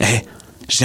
Eh, j'ai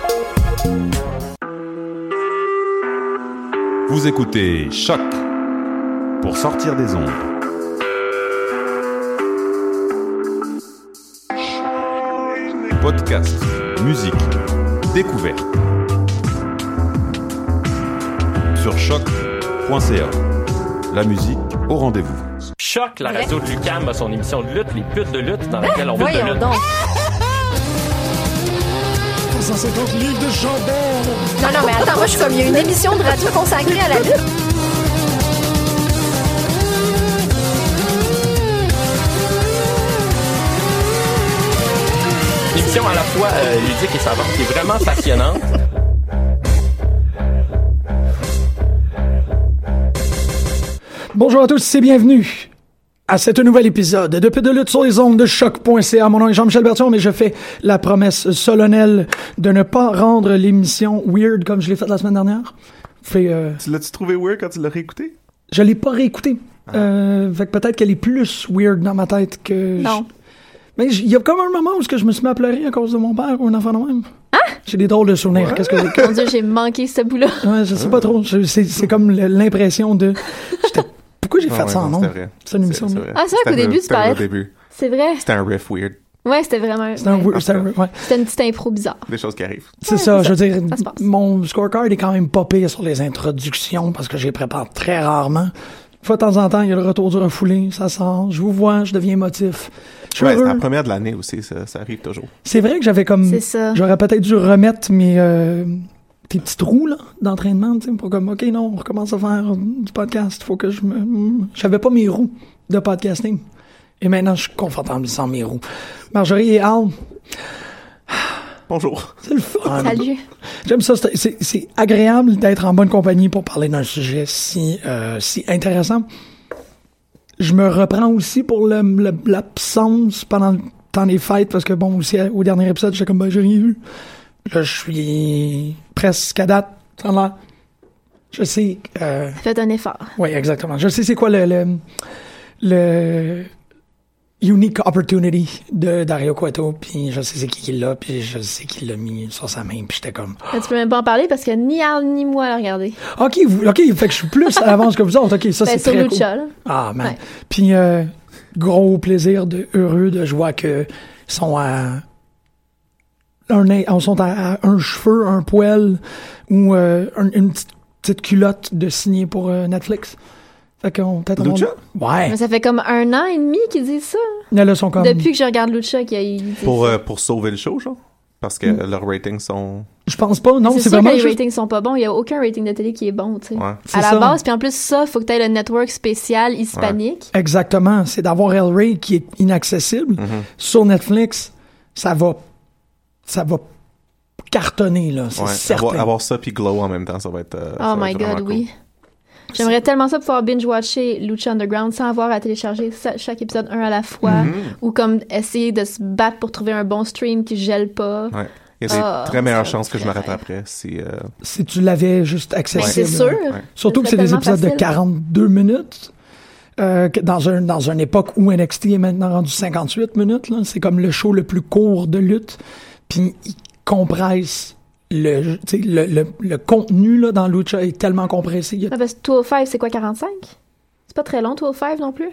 Vous écoutez Choc pour sortir des ondes. Podcast, musique, découverte. Sur choc.ca. La musique au rendez-vous. Choc, la radio de Lucam a son émission de lutte, les putes de lutte, dans laquelle on parle de Ben, Voyons lutte. donc. 150 livres de chambord. Non, non, mais attends, moi, je suis comme, il y a une émission de radio consacrée à la lutte. Une émission à la fois euh, ludique et savante, qui est vraiment passionnante. Bonjour à tous et bienvenue à ce nouvel épisode de Pute de lutte sur les ondes de choc.ca. Mon nom est Jean-Michel Bertion, mais je fais la promesse solennelle de ne pas rendre l'émission weird comme je l'ai faite la semaine dernière. Fait, euh, Tu l'as-tu trouvé weird quand tu l'as réécouté? je l'ai pas réécoutée. Euh, fait que peut-être qu'elle est plus weird dans ma tête que... je- Non. Mais j- il y a comme un moment où est-ce que je me suis mis à pleurer à cause de mon père ou un enfant de même. J'ai des drôles de souvenirs. Qu'est-ce que... Mon Dieu, j'ai manqué ce bout-là. Ouais, je sais pas trop. Je- C'est c'est comme le- l'impression de... j'étais- Pourquoi j'ai Ah fait ça en nom? C'est une émission. de- Ah, c'est vrai qu'au début, tu parlais- Au début, C'est vrai. c'était un riff weird. Ouais, c'était vraiment. C'est un... ouais. weird- c'est un... ouais. C'était une petite impro bizarre. Des choses qui arrivent. C'est ça, c'est je veux dire, Ça se passe. mon scorecard est quand même pas pire sur les introductions parce que je les prépare très rarement. Une fois de temps en temps, il y a le retour du refoulé, ça sort, je vous vois, je deviens motif. Je suis Ouais, heureux. c'est la première de l'année aussi, ça, ça arrive toujours. C'est vrai que j'avais comme... C'est ça. J'aurais peut-être dû remettre mes... euh, tes petits trous là, d'entraînement, tu sais, pour comme, OK, non, on recommence à faire euh, du podcast, faut que je me... hmm. J'avais pas mes roues de podcasting. Et maintenant, je suis confortable sans mes roues. Marjorie et Al, Bonjour. c'est le fun. Salut. J'aime ça, c'est- c'est c'est agréable d'être en bonne compagnie pour parler d'un sujet si, euh, si intéressant. Je me reprends aussi pour le- le- l'absence pendant le temps des fêtes, parce que bon, aussi euh, au dernier épisode, j'étais comme, ben, j'ai rien vu. Là, je suis presque à date, ça a l'air. Je sais, euh, Faites un effort. oui, exactement. Je sais c'est quoi le, le, le unique opportunity de Dario Cueto, puis je sais c'est qui qui l'a, puis je sais qu'il l'a mis sur sa main, puis j'étais comme... Là, tu peux même pas en parler parce que ni Arne ni moi la regarder. OK, vous, OK, fait que je suis plus à l'avance que vous autres. OK, ça, Ben, c'est sur très Lucha, cool. là. Ah, man. Ouais. Puis, euh, gros plaisir, de, heureux de joie que sont à... Un, on sont à, à un cheveu, un poêle ou euh, un- une petite, petite culotte de signer pour euh, Netflix. Fait qu'on peut-être... on- Lucha? Ouais. Mais ça fait comme un an et demi qu'ils disent ça. Là, là, sont comme... Depuis que je regarde Lucha, qu'il y a eu. ils disent Pour, ça. euh, pour sauver le show, genre? Parce que Mm. euh, leurs ratings sont... Je pense pas, non, c'est Oh, c'est sûr que vraiment... les juste- ratings sont pas bons. Il y a aucun rating de télé qui est bon, tu sais. Ouais. C'est À la ça. base, puis en plus ça, faut que tu aies le network spécial hispanique. Exactement. C'est d'avoir El Rey qui est inaccessible. Mm-hmm. Sur Netflix, ça va... Ça va cartonner, là. C'est Ouais. certain. Avoir, avoir ça puis Glow en même temps, ça va être... euh, ça Oh va my être vraiment god, cool. oui. J'aimerais tellement ça pouvoir binge-watcher Lucha Underground sans avoir à télécharger ça- chaque épisode un à la fois Mhm. ou comme essayer de se battre pour trouver un bon stream qui gèle pas. Ouais. Il y a des Ah, très meilleures ça chances que je me serait- rattrape après si... euh, Si tu l'avais juste Ben, accessible. c'est sûr. Ouais. Surtout que Ce c'est serait des épisodes de tellement facile. 42 minutes. euh, que dans, un, dans une époque où NXT est maintenant rendu 58 minutes, là. c'est comme le show le plus court de lutte. Puis ils compressent le, tu sais, le, le, le contenu là, dans Lucha est tellement compressé. Il y a- Ah, parce que 205, c'est quoi, 45? C'est pas très long, 205 non plus?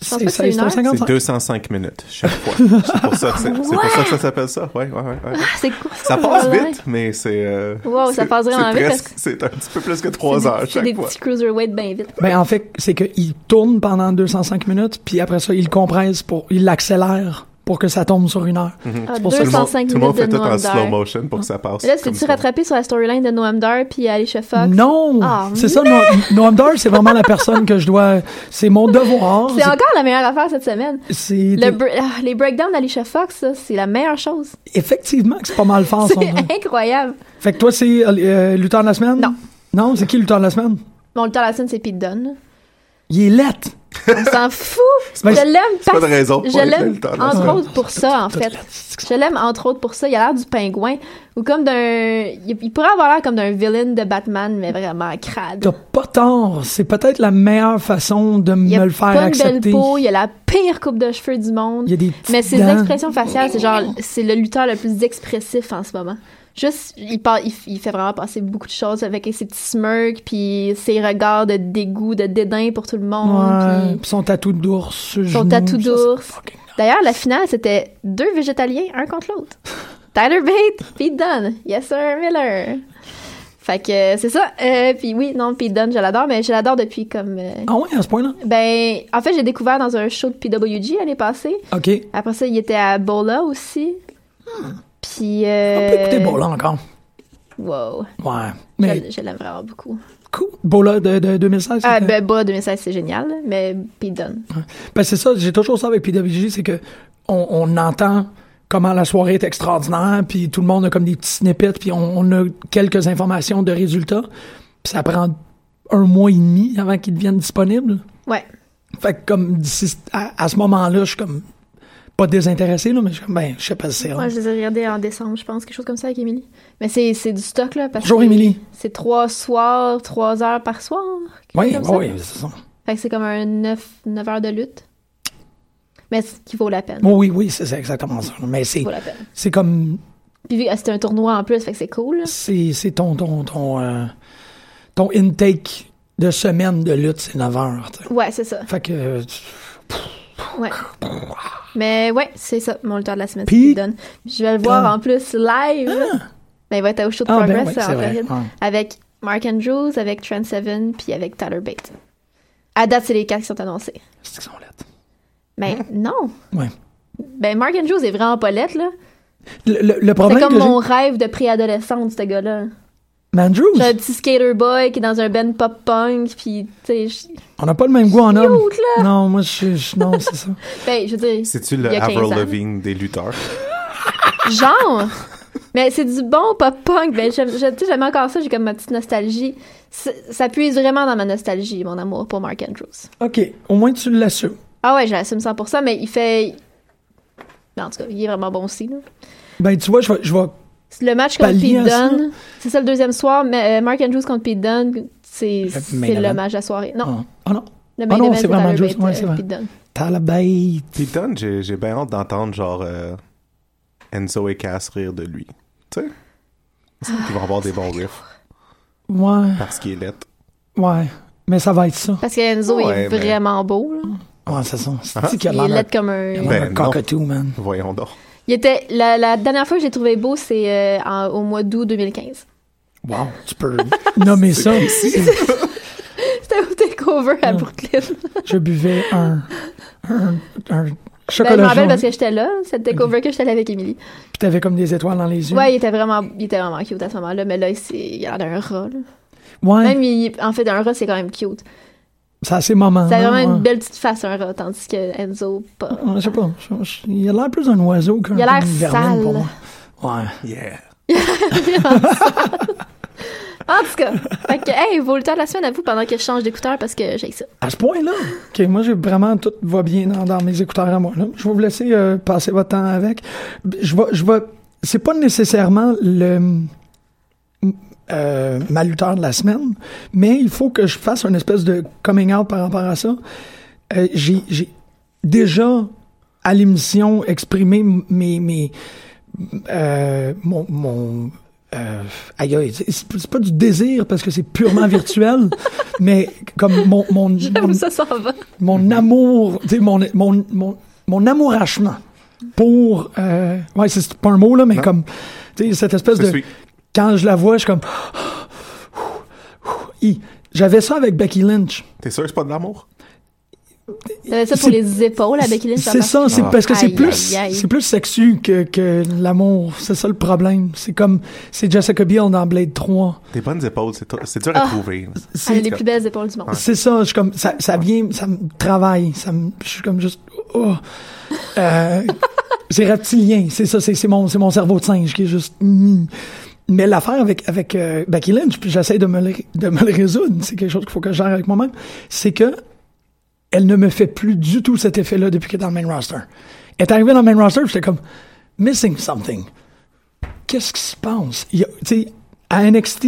pense pas que c'est c'est une heure. 55. C'est 205 minutes chaque fois. c'est pour ça que, c'est- c'est pour ça, que ça s'appelle ça. Ouais, ouais, ouais, ouais. Ah, C'est quoi Ça passe Ouais. vite, mais c'est. euh, Wow, ça c'est- passe vraiment c'est vite presque- parce C'est un petit peu plus que C'est 3 des- heures C'est des chaque fois. petits cruiserweight bien vite. Ben, en fait, c'est qu'il tourne pendant 205 minutes, puis après ça, il compresse pour, il l'accélère pour que ça tombe sur une heure. Ah, pour ça que Tout le monde, 205 tout le monde fait minutes de tout en Noam slow Dar. motion pour que ça passe. Là, comme c'est-tu ça. rattrapé sur la storyline de Noam Dar puis Alicia Fox? Non! Ah, c'est ça, Noam, Noam Dar, c'est vraiment la personne que je dois. C'est mon devoir. C'est encore la meilleure affaire cette semaine. C'est Le bre- ah, les breakdowns d'Alicia Fox, ça, c'est la meilleure chose. effectivement que c'est pas mal fort. C'est son nom. incroyable. Fait que toi, c'est euh, euh, Luther de la semaine? Non. Non, c'est qui Luther de la semaine? Bon, le temps de la scène, c'est Pete Dunne. Il est lettre. On s'en fout. Je pas- l'aime pas de parce- raison pour Je être l'aime le temps de la entre semaine. autres pour ça, en fait. Je l'aime entre autres pour ça. Il a l'air du pingouin ou comme d'un. Il il pourrait avoir l'air comme d'un villain de Batman, mais vraiment crade. T'as pas tort. C'est peut-être la meilleure façon de Il me a le faire pas une accepter. belle peau, il a la pire coupe de cheveux du monde. Il y a des petites Mais ses dents. expressions faciales, c'est genre, c'est le lutteur le plus expressif en ce moment. Juste, il, par- il, f- il fait vraiment passer beaucoup de choses avec ses petits smirks, puis ses regards de dégoût, de dédain pour tout le monde. Ouais, puis pis son tatou d'ours. sur le Son genou, tatou ça, c'est d'ours. fucking- D'ailleurs, la finale, c'était deux végétaliens, un contre l'autre. Tyler Bate, Pete Dunne, yes sir, Miller. Fait que euh, c'est ça. Euh, puis oui, non, Pete Dunne, je l'adore, mais je l'adore depuis comme... euh, Ah ouais, à ce point-là? Ben, en fait, j'ai découvert dans un show de PWG l'année passée. OK. Après ça, il était à Bola aussi. Puis. On Euh... peut écouter Bola encore. Wow. Ouais. Je- Mais Je, l'aime vraiment beaucoup. cool. Bola de, de 2016. Ah, c'était- ben, Bola 2016, c'est génial, mais Pete Dunne. Ben, c'est ça, j'ai toujours ça avec PWG, c'est que on, on entend comment la soirée est extraordinaire, puis tout le monde a comme des petits snippets, puis on, on a quelques informations de résultats, puis ça prend un mois et demi avant qu'ils deviennent disponibles. Ouais. Fait que comme d'ici- à, à ce moment-là, je suis comme pas désintéressé, là, mais je suis comme, ben, je sais pas si c'est... Moi, je les ai regardés en décembre, je pense, quelque chose comme ça avec Émilie. Mais c'est, c'est du stock, là. Parce Bonjour, que Émilie. C'est trois soirs, trois heures par soir. quelque Oui, chose comme oui, ça. c'est ça. Fait que c'est comme un 9, 9 heures de lutte. Mais ce qui vaut la peine. Oui, oui, oui, c'est c'est exactement ça. Mais c'est Vaut la peine. c'est comme Puis vu que c'est un tournoi en plus, fait que c'est cool. C'est, c'est ton, ton, ton, euh, ton intake de semaine de lutte, c'est 9 heures. tu sais. Ouais, c'est ça. Fait que. euh, Ouais. Mais ouais, c'est ça, mon lutteur de la semaine. Puis- Puis... Donne. Je vais le voir Ah. en plus live. Ben, il va être au show de Ah, ben Progress ouais, euh, c'est en vrai, Ah. Floride, ouais. avec Mark Andrews, avec Trent Seven, puis avec Tyler Bate. À date, c'est les quatre qui sont annoncés. C'est qu'ils sont lettres. Mais Ah. non! Ouais. Ben, Mark Andrews est vraiment pas lettre, là. Le, le- le C'est problème comme que mon rêve de préadolescente, ce gars-là. j'ai... Mandrews, J'ai un petit skater boy qui est dans un band pop-punk, puis, tu sais, je- on n'a pas le même goût en homme. Cute, là. Non, moi, je, je- non, c'est ça. ben, je veux dire... C'est-tu il le y a 15 Avril ans. Lavigne des lutteurs? Genre! Mais c'est du bon pop-punk. Ben, j'aime- je- tu sais, j'aime encore ça, j'ai comme ma petite nostalgie. C'est- Ça puise vraiment dans ma nostalgie, mon amour pour Mark Andrews. OK, au moins tu l'assumes. Ah ouais, je l'assume 100%, mais il fait... Ben, en tout cas, il est vraiment bon aussi, là. Ben, tu vois, je vais. Je vais- Le match contre Pallier Pete à ça. Dunne, c'est ça le deuxième soir, mais euh, Mark Andrews contre Pete Dunne, c'est main c'est le event. match à soirée. Non, Ah ah non. le main Ah non, event, c'est c'est vraiment Tyler Andrews, Bate, ouais, c'est euh, vrai. Pete Dunne. T'as la bête. Piton, j'ai j'ai bien hâte d'entendre genre euh, Enzo et Cass rire de lui. Tu sais? C'est qu'il va avoir des bons riffs Ouais, parce qu'il est lettre. ouais. Mais ça va être ça. Parce que Enzo Ouais, est mais- vraiment beau, là. Ouais, c'est ça. C'est qui a Il est l'air d'un- laid comme un... il a l'air Ah. Ben, d'un non. cockatoo, man. Voyons donc. Il était la, la dernière fois que j'ai trouvé beau, c'est euh, en- au mois d'août 2015. Wow, tu peux nommer ça. C'était au takeover à Brooklyn. je buvais un, un, un Ben, je me chocolat rappelle jaune, parce que j'étais là, c'est le takeover que j'étais allée avec Émilie. puis t'avais comme des étoiles dans les yeux. Ouais, il était vraiment, il était vraiment cute à ce moment-là, mais là, il, s'est- il a l'air d'un rat. là. Ouais, Même il- en fait, un rat, c'est quand même cute. ça a ses moments. Ça a là, vraiment Ah, ouais. une belle petite face, un rat, tandis que Enzo, pas. Ouais, Je sais pas, je- je- il a l'air plus un oiseau qu'un Il a l'air une vermine pour sale. moi. Ouais. Yeah. En tout cas, fait que, hey, vaut le temps de la semaine à vous pendant que je change d'écouteur parce que j'ai ça. À ce point-là, OK, moi, j'ai vraiment tout va bien dans, dans mes écouteurs à moi. là. Je vais vous laisser euh, passer votre temps avec. Je vais, je vais, c'est pas nécessairement le euh, ma lutteur de la semaine, mais il faut que je fasse une espèce de coming out par rapport à ça. Euh, j'ai, j'ai déjà à l'émission exprimé m- mes, mes euh, mon, mon euh, aïe, aïe, c'est- c'est pas du désir parce que c'est purement virtuel, mais comme mon mon, mon- Comme ça, ça va. mon amour, tu sais, mon, mon, mon, mon amourachement pour. Euh, ouais, c'est pas un mot, là, mais comme. Tu sais, cette espèce Je de. suis. Quand je la vois, je suis comme. Hi. J'avais ça avec Becky Lynch. T'es sûr que c'est pas de l'amour? T'avais ça C'est- pour les épaules avec Lynch. C'est ça, c'est Ah. parce que c'est Aïe, plus, aïe, aïe. c'est plus sexu que, que l'amour. C'est ça le problème. C'est comme, c'est Jessica Biel dans Blade 3. Des bonnes épaules, c'est tr- c'est dur à Ah. trouver. Elle a C'est les plus belles épaules du monde. Ah, c'est ça, je suis comme, ça, ça vient, ça me travaille, ça me, je suis comme juste, oh. Euh, c'est reptilien, c'est ça, c'est c'est mon, c'est mon cerveau de singe qui est juste, mm. Mais l'affaire avec, avec euh, Becky Lynch, puis j'essaie de me, le, de me le résoudre, c'est quelque chose qu'il faut que je gère avec moi-même, c'est que elle ne me fait plus du tout cet effet-là depuis qu'elle est dans le main roster. Elle est arrivée dans le main roster, j'étais comme missing something. Qu'est-ce qui se passe? Il y a- tu sais, à NXT,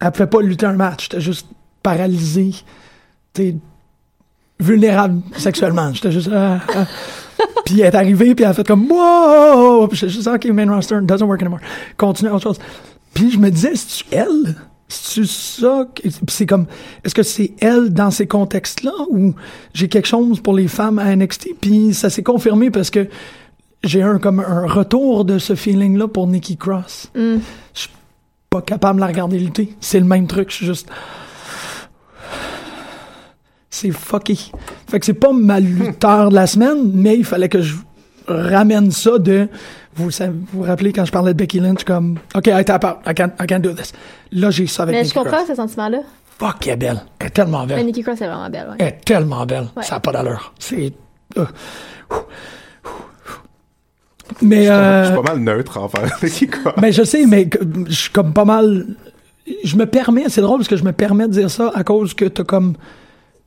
elle pouvait pas lutter un match. J'étais juste paralysé, tu sais, vulnérable sexuellement. J'étais juste. ah, ah. puis elle est arrivée, puis elle a fait comme wow! Puis j'étais juste ah, ok, main roster doesn't work anymore. Continue à autre chose. Puis je me disais, c'est tu elle? C'est ça? que- Puis c'est comme, est-ce que c'est elle dans ces contextes-là ou j'ai quelque chose pour les femmes à NXT? Puis ça s'est confirmé parce que j'ai un comme un retour de ce feeling-là pour Nikki Cross. Mm. Je suis pas capable de la regarder lutter. C'est le même truc. Je suis juste c'est fucké. Fait que c'est pas ma lutteur de la semaine, mais il fallait que je ramène ça de. Vous sa- vous, vous rappelez quand je parlais de Becky Lynch comme OK, I tap out, I can't, I can't do this. Là, j'ai ça avec Mais Nikki je comprends Cross. ce sentiment-là. Fuck, elle est belle. Elle est tellement Mais belle. Nikki Cross est vraiment belle. ouais. Elle est tellement belle. Ouais. Ça n'a pas d'allure. C'est. euh, ouh, ouh, ouh. Mais. Je suis euh, pas mal neutre envers Becky Cross. mais je sais, mais que- je suis comme pas mal. Je me permets, c'est drôle parce que je me permets de dire ça à cause que t'as comme.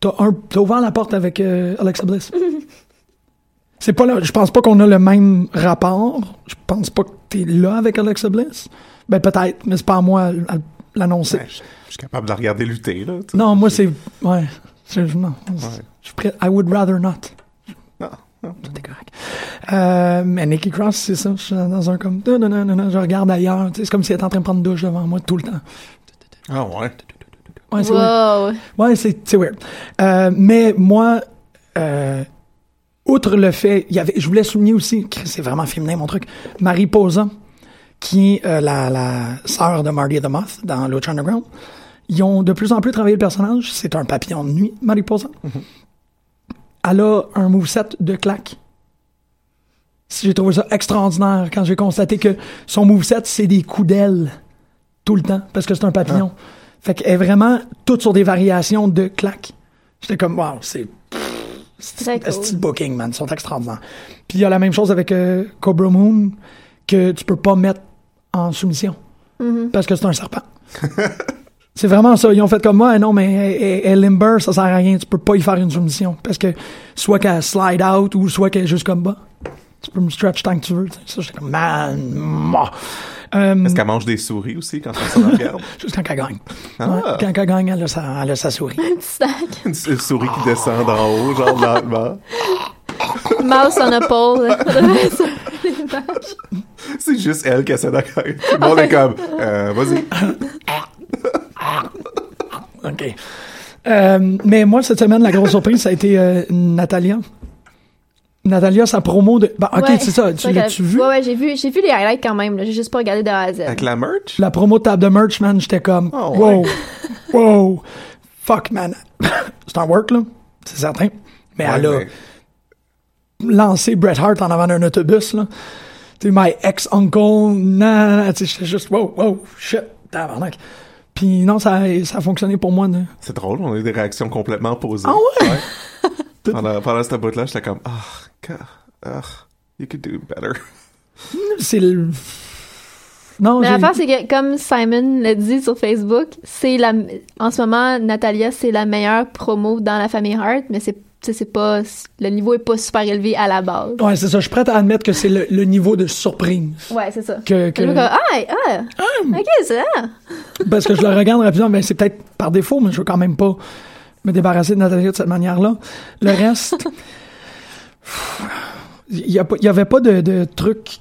T'as un- t'as ouvert la porte avec euh, Alexa Bliss. c'est pas là. Je pense pas qu'on a le même rapport. Je pense pas que t'es là avec Alexa Bliss. Ben peut-être, mais c'est pas à moi à l- à l'annoncer. Ouais, je je suis capable de la regarder lutter, là. tu sais. non, moi c'est. Ouais. Sérieusement. Je suis prêt- I would rather not. Non, non. T'es correct. Euh, mais Nikki Cross, c'est ça. Je suis dans un comme. Non, non, non, non, non, je regarde ailleurs. Tu sais, C'est comme si elle était en train de prendre une douche devant moi tout le temps. Ah ouais. Ouais, c'est weird. Wow! Ouais, c'est c'est weird. Euh, mais moi, euh, outre le fait, il y avait, je voulais souligner aussi, Chris, c'est vraiment féminin mon truc, Marie Posa, qui est euh, la, la sœur de Marty the Moth dans Lucha Underground. Ils ont de plus en plus travaillé le personnage. C'est un papillon de nuit, Marie Posa. Elle a un moveset de claque. J'ai trouvé ça extraordinaire quand j'ai constaté que son moveset, c'est des coups d'aile tout le temps parce que c'est un papillon. Fait qu'elle est vraiment toute sur des variations de claques. J'étais comme, wow, c'est. Très C'est cool. de booking, man. Ils sont extraordinaires. Puis il y a la même chose avec euh, Cobra Moon que tu peux pas mettre en soumission Mm-hmm. parce que c'est un serpent. c'est vraiment ça. Ils ont fait comme moi, non, mais elle- elle- elle limber, ça sert à rien. Tu peux pas y faire une soumission parce que soit qu'elle slide out ou soit qu'elle est juste comme bas. Tu peux me stretch tant que tu veux. tu sais. Ça, j'étais comme, man, moi. Euh, Est-ce qu'elle mange des souris aussi quand on s'en regarde? Juste quand elle gagne. Ah. Ouais, quand elle gagne, elle a sa, elle a sa souris. Un petit snack. Une une souris qui descend d'en haut, genre lentement. Mouse on a pole. Ça devrait être ça, l'image. C'est juste elle qui essaie d'accueillir. Tout le monde est Ah. comme, euh, vas-y. Ah. OK. Euh, mais moi, cette semaine, la grosse surprise, ça a été euh, Natalia. Natalia, sa promo de. bah, OK, Ouais. c'est ça. vrai Tu l'as-tu que- vu? Ouais, ouais, j'ai vu, j'ai vu les highlights quand même. là. J'ai juste pas regardé de A à Z. Avec la merch? La promo de table de merch, man, j'étais comme. Oh, wow. ouais. wow. Fuck, man. c'est un work, là. C'est certain. Mais Ouais, elle a mais- lancé Bret Hart en avant d'un autobus, là. Tu sais, my ex-uncle, nan, tu sais, j'étais juste, wow, wow, shit, tabarnak. Puis non, ça, a- ça a fonctionné pour moi, là. C'est drôle, on a eu des réactions complètement opposées. Ah ouais? Pendant, pendant cette bout-là, j'étais comme, ah, God, ah, you could do better. C'est le. Non, Mais j'ai- l'affaire, c'est que, comme Simon l'a dit sur Facebook, c'est la, en ce moment, Natalia, c'est la meilleure promo dans la famille Hart, mais c'est, tu sais, c'est pas, le niveau est pas super élevé à la base. Ouais, c'est ça. Je suis prête à admettre que c'est le, le niveau de surprise. Ouais, c'est ça. Que, que- Le niveau comme, ah, ah, ok, c'est ça. parce que je le regarde rapidement, mais c'est peut-être par défaut, mais je veux quand même pas me débarrasser de Natalia de cette manière-là. Le reste, il y, a pas- il y avait pas de, de truc,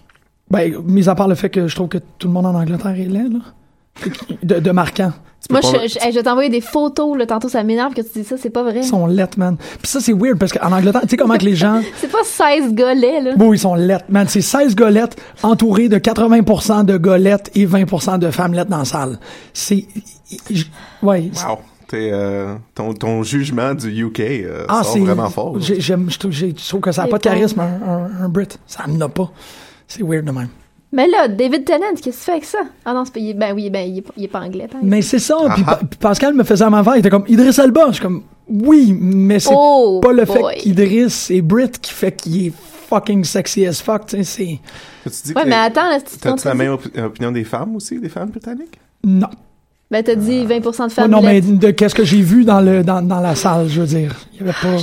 ben, mis à part le fait que je trouve que tout le monde en Angleterre est laid, là. De, de marquant. Moi, peux pas- je, je, hey, je vais t'envoyer des photos, là, tantôt, ça m'énerve que tu dis ça, c'est pas vrai. Ils sont lettres, man. Puis ça, c'est weird, parce qu'en Angleterre, tu sais comment que les gens... C'est pas 16 golets, là. Bon, ils sont lettres, man. C'est 16 golettes entourées de 80% de golettes et 20% de femmes lettres dans la salle. C'est... j- Ouais. Wow, t'es, euh, ton, ton jugement du UK euh, Ah, sort c'est vraiment fort. j'ai- j'aime- je, trouve, j'ai- je trouve que ça n'a C'est pas de bon. charisme, un, un- un Brit. Ça n'en a pas. C'est weird de même. Mais là, David Tennant, qu'est-ce que tu fais avec ça? Ah non, c'est pas, il est- ben oui, ben, il est, il est pas anglais. par exemple. Mais c'est ça. Ah Puis ah. Pa- puis Pascal me faisait un affaire. Il était comme Idriss Elba. Je suis comme oui, mais c'est Oh pas le boy. fait qu'Idriss est Brit qui fait qu'il est fucking sexy as fuck. tu sais, c'est T'as-tu dit Ouais, que- mais attends, là, si tu T'as-tu la continues- même opi- opinion des femmes aussi, des femmes britanniques? non. Ben, t'as dit 20% de Ah. Ouais, femmes. non, mais laides. de qu'est-ce que j'ai vu dans le dans, dans la salle, je veux dire. Il y avait Ah, pas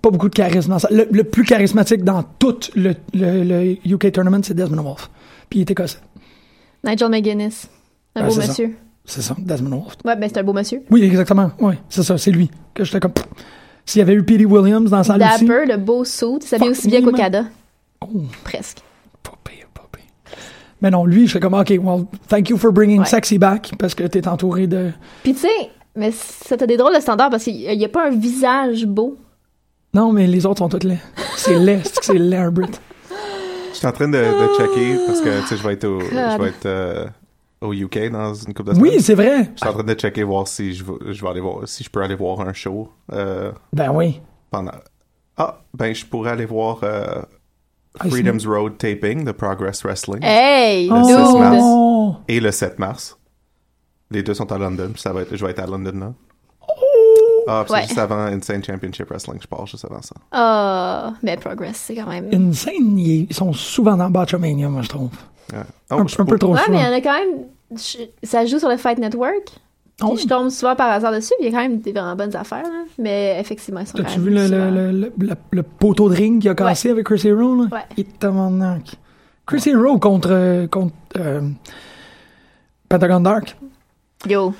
pas beaucoup de charisme dans ça. Le, le plus charismatique dans tout le, le, le UK tournament, c'est Desmond Wolfe. Puis il est écossais. Nigel McGuinness. Un Ben, beau c'est ça. monsieur. C'est ça, Desmond Wolfe. Ouais, ben, c'est un beau monsieur. Oui, exactement. Oui, c'est ça, c'est lui. Que j'étais comme. pff. S'il y avait eu Petey Williams dans la salle aussi. Dapper, le beau saut. Ça vient Fuck aussi bien me, man. qu'Okada. Oh. Presque. Pas pire, pas pire. Mais non, lui, j'étais comme, OK, well, thank you for bringing Ouais. sexy back, parce que t'es entouré de. Puis, tu sais, mais ça t'a des drôles de standards parce qu'il n'y a pas un visage beau. Non, mais les autres sont toutes laids. C'est laid, c'est que c'est laid, un Brit. Je suis en train de, Ah. de checker parce que tu sais, je vais être au, je God. vais être, euh, au UK dans une couple de semaines. Oui, c'est vrai. Je suis en train de checker voir si je, vais- je vais aller voir si je peux aller voir un show euh, Ben oui. pendant. Ah, ben je pourrais aller voir euh, Ah, c'est- Freedom's Road taping de Progress Wrestling Hey! Oh, six dude! mars. oh, et le 7 mars. Les deux sont à London, puis ça va être, je vais être à London là. Ah, puis c'est Ouais. juste avant Insane Championship Wrestling, je pars juste avant ça. Ah, mais Progress, c'est quand même. Insane, ils ils sont souvent dans Botchamania, moi, je trouve. Ouais. Un, Oh, Ah, un je peu pour- trop Ouais, souvent. mais il y en a quand même. je- Ça joue sur le Fight Network. Oh, Puis je tombe souvent par hasard dessus. puis Il y a quand même des vraiment bonnes affaires. là. Mais effectivement, ils sont quand T'as-tu même vu le, le, souvent- le, le- le- le poteau de ring qui a cassé avec Chris Hero? Là? Ouais. Il est tellement knock. Chris Hero contre, euh, contre euh, Pentagon Dark. Yo.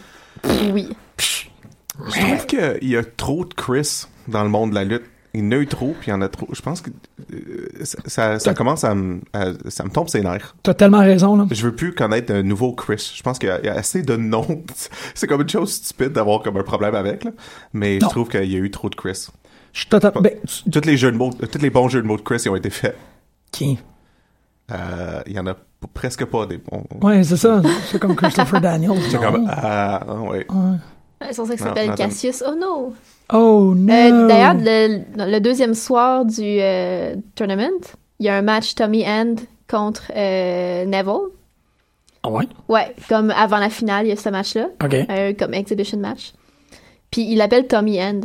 Oui. Je trouve qu'il y a trop de Chris dans le monde de la lutte. Il y en a eu trop, puis il y en a trop. Je pense que euh, ça, ça- ça commence à me, à- ça me tombe ses nerfs. T'as tellement raison, là. Je veux plus connaître un nouveau Chris. Je pense qu'il y a, il y a assez de noms. C'est comme une chose stupide d'avoir comme un problème avec, là. Mais Non. je trouve qu'il y a eu trop de Chris. Je suis totalement... Ben, Tous les jeux de mots, tous les bons jeux de mots de Chris ils ont été faits. qui? Euh, il y en a p- presque pas des bons. Ouais, Oh. c'est ça. C'est comme Christopher Daniels. C'est non? comme, ah, ah, ouais. Ouais. Ils sont ça qui Non, s'appelle madame. Cassius. Oh no! Oh, non! Euh, D'ailleurs, le, le deuxième soir du euh, tournament, il y a un match Tommy End contre euh, Neville. Ah ouais? Ouais, comme avant la finale, il y a ce match-là, OK. euh, comme exhibition match. Puis il l'appelle Tommy End.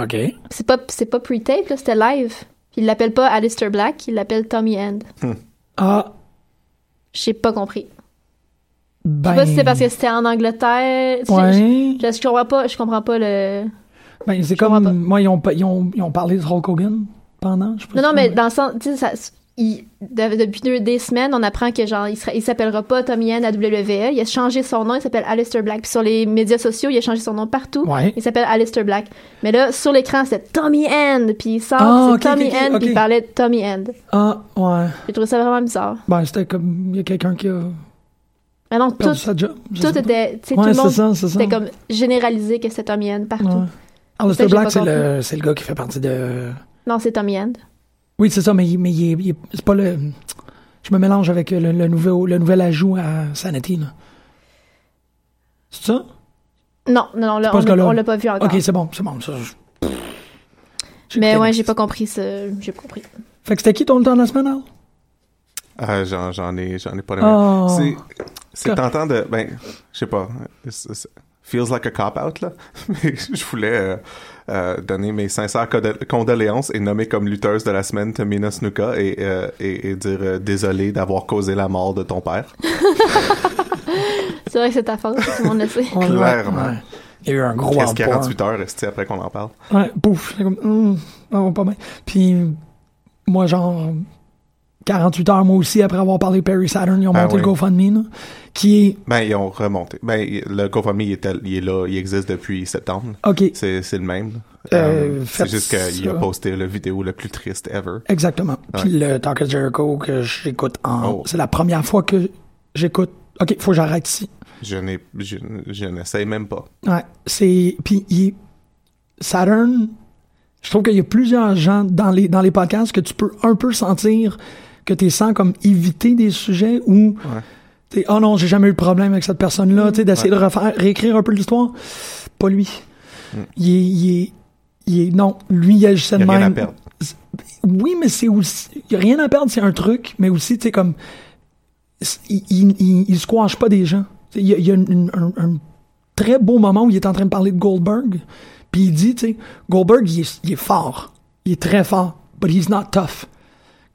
OK. C'est pas, c'est pas pre-tape, là, c'était live. Il l'appelle pas Alistair Black, il l'appelle Tommy End. Ah, J'ai pas compris. ben... Je sais pas si c'est parce que c'était en Angleterre. tu sais, Ouais. Je, je- je comprends pas, je comprends pas le. Ben, c'est comprends pas. comme... Moi, ils ont, pa- ils, ont, ils ont parlé de Hulk Hogan pendant, je sais pas Non, non, si- mais dans le sens, tu sais, ça- il- de- depuis deux, des semaines, on apprend que genre, il, sera- il s'appellera pas Tommy Yen à WWE. Il a changé son nom, il s'appelle Alistair Black. Puis sur les médias sociaux, il a changé son nom partout. Ouais. Il s'appelle Alistair Black. Mais là, sur l'écran, c'était Tommy End. Puis il sort, Ah, c'est ok, Tommy ok, ok, End. Puis ok. il parlait de Tommy End. Ah, ouais. J'ai trouvé ça vraiment bizarre. Ben, c'était comme... Il y a quelqu'un qui a Mais non, tout, perdu sa job. je tout sais pas. était, tu sais, tout Ouais, le c'est monde, ça, c'est ça. c'était comme généralisé que c'était Tommy End partout. Ouais. Ça, Alistair j'ai Black, pas c'est le, c'est le gars qui fait partie de... Non, c'est Tommy End. Oui, c'est ça, mais, il- mais il est- il est- c'est pas le... Je me mélange avec le, le nouveau, le nouvel ajout à Sanity, là. C'est ça? Non, non, non, là, pas on ce l'a- gars-là. on l'a pas vu encore. OK, c'est bon, c'est bon. ça, je- Mais écouté ouais, Netflix. j'ai pas compris ça. J'ai pas compris. Fait que c'était qui ton temps de la semaine, Al? Ah, j'en, j'en ai, j'en ai pas le Oh. C'est, c'est Quoi? tentant de, ben, je sais pas. c'est- c'est- feels like a cop-out, là. Mais je voulais euh, euh, donner mes sincères condo- condoléances et nommer comme lutteuse de la semaine Tamina Snuka et, euh, et, et dire euh, désolé d'avoir causé la mort de ton père. C'est vrai que c'est ta faute, tout le monde le sait. Ouais, Clairement. ouais. Il y a eu un gros Qu'est-ce empoigne. 48 heures, est après qu'on en parle? Ouais, pouf. C'est comme, hum, ça va pas bien. Puis, moi, genre, 48 heures, moi aussi, après avoir parlé de Perry Saturn, ils ont Ah monté le oui. GoFundMe, là, qui est, Ben, ils ont remonté. Ben, il- le GoFundMe, il est, tel- il est là, il existe depuis septembre. OK, C'est, c'est le même. Euh, Euh, faites c'est juste qu'il a ça. posté la vidéo la plus triste ever. exactement. Puis le Talk of Jericho que j'écoute en... Oh. C'est la première fois que j'écoute... OK, faut que j'arrête ici. Je n'ai, je, je n'essaye même pas. Ouais, c'est. Puis il est- Saturn, je trouve qu'il y a plusieurs gens dans les, dans les podcasts que tu peux un peu sentir que tu sens comme éviter des sujets ou T'sais, oh non, j'ai jamais eu de problème avec cette Mm. personne-là, t'sais, d'essayer de refaire, réécrire un peu l'histoire. Pas lui. Il, est, il, est, il est- Non, lui, il agissait Mm. Il y de a rien à même. perdre. Oui, mais c'est aussi. Il y a rien à perdre, c'est un truc, mais aussi, tu sais, comme. c'est- Il, il, il, il squash pas des gens. Tu sais, Il y a, il y a une- une- un, un très beau moment où il est en train de parler de Goldberg, puis il dit, tu sais, Goldberg, il est, il est fort. Il est très fort, but he's not tough.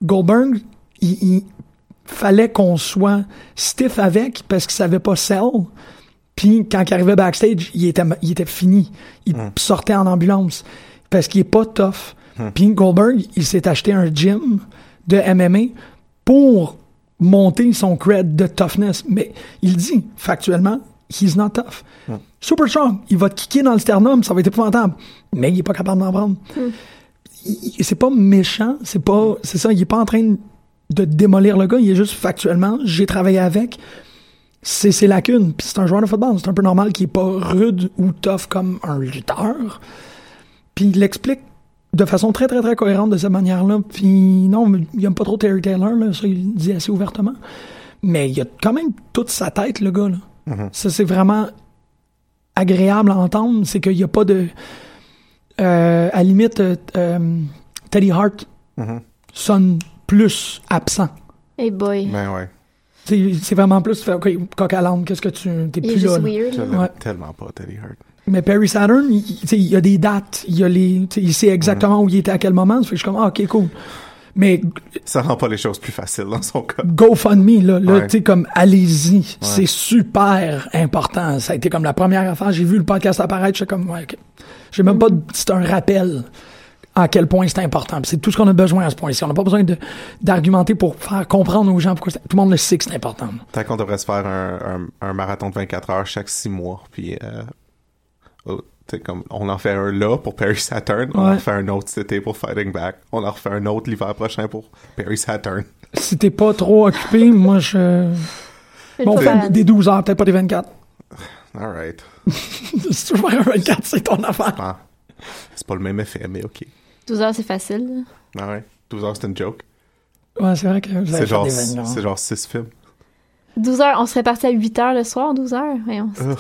Goldberg, il, il fallait qu'on soit stiff avec parce qu'il savait pas sell. Puis quand il arrivait backstage, il était, il était fini. Il sortait en ambulance parce qu'il est pas tough. Puis Goldberg, il s'est acheté un gym de MMA pour monter son cred de toughness. Mais il dit, factuellement, he's not tough. Super strong, il va te kicker dans le sternum, ça va être épouvantable. Mais il est pas capable d'en prendre. Il- il- C'est pas méchant, c'est pas. C'est ça, il est pas en train de démolir le gars, il est juste factuellement, j'ai travaillé avec, c'est ses lacunes. Puis c'est un joueur de football, c'est un peu normal qu'il est pas rude ou tough comme un lutteur. Puis il l'explique de façon très, très, très cohérente de cette manière-là. Puis non, il aime pas trop Terry Taylor, là, ça, il le dit assez ouvertement. Mais il a quand même toute sa tête, le gars. Là. Ça, c'est vraiment agréable à entendre. C'est qu'il n'y a pas de. euh, à la limite, euh, euh, Teddy Hart sonne plus absent. Hey boy. Ben ouais. C'est c'est vraiment plus, tu fais, OK, coq à l'âne, qu'est-ce que tu. T'es il est plus là. juste là. Je weird. l'aime Ouais. tellement pas, Teddy Hart. Mais Perry Saturn, il, il- tu sais, il y a des dates, il, y a les, tu sais, il sait exactement où il était à quel moment. Ça fait que je suis comme, ah, OK, cool. Mais Ça rend pas les choses plus faciles dans son cas. GoFundMe, là, là Ouais. tu sais, comme, allez-y. C'est super important. Ça a été comme la première affaire. J'ai vu le podcast apparaître, je suis comme, ouais, OK. J'ai Mm-hmm. même pas de- C'est un rappel à quel point c'est important. Puis C'est tout ce qu'on a besoin à ce point-ci. On n'a pas besoin de- d'argumenter pour faire comprendre aux gens pourquoi c'est- tout le monde le sait que c'est important. Tant qu'on devrait se faire un, un- un marathon de 24 heures chaque 6 mois, puis euh, oh, t'sais, comme on en fait un là pour Perry Saturn, on en Ouais. fait un autre cet été pour Fighting Back, on en refait un autre l'hiver prochain pour Perry Saturn. Si t'es pas trop occupé, moi, je... Une Bon, fois par fait année. des 12 heures, peut-être pas des 24. All right. Si tu veux faire un 24, c'est ton affaire. Ah. C'est pas le même effet, mais ok. 12 heures, c'est facile. All right. 12 heures, c'est une joke. Ouais, c'est vrai que vous avez C'est fait genre, Ben, des vêtements. c'est genre 6 films. 12 heures, on serait parti à 8 heures le soir, 12 heures. Voyons, c'est- Ugh.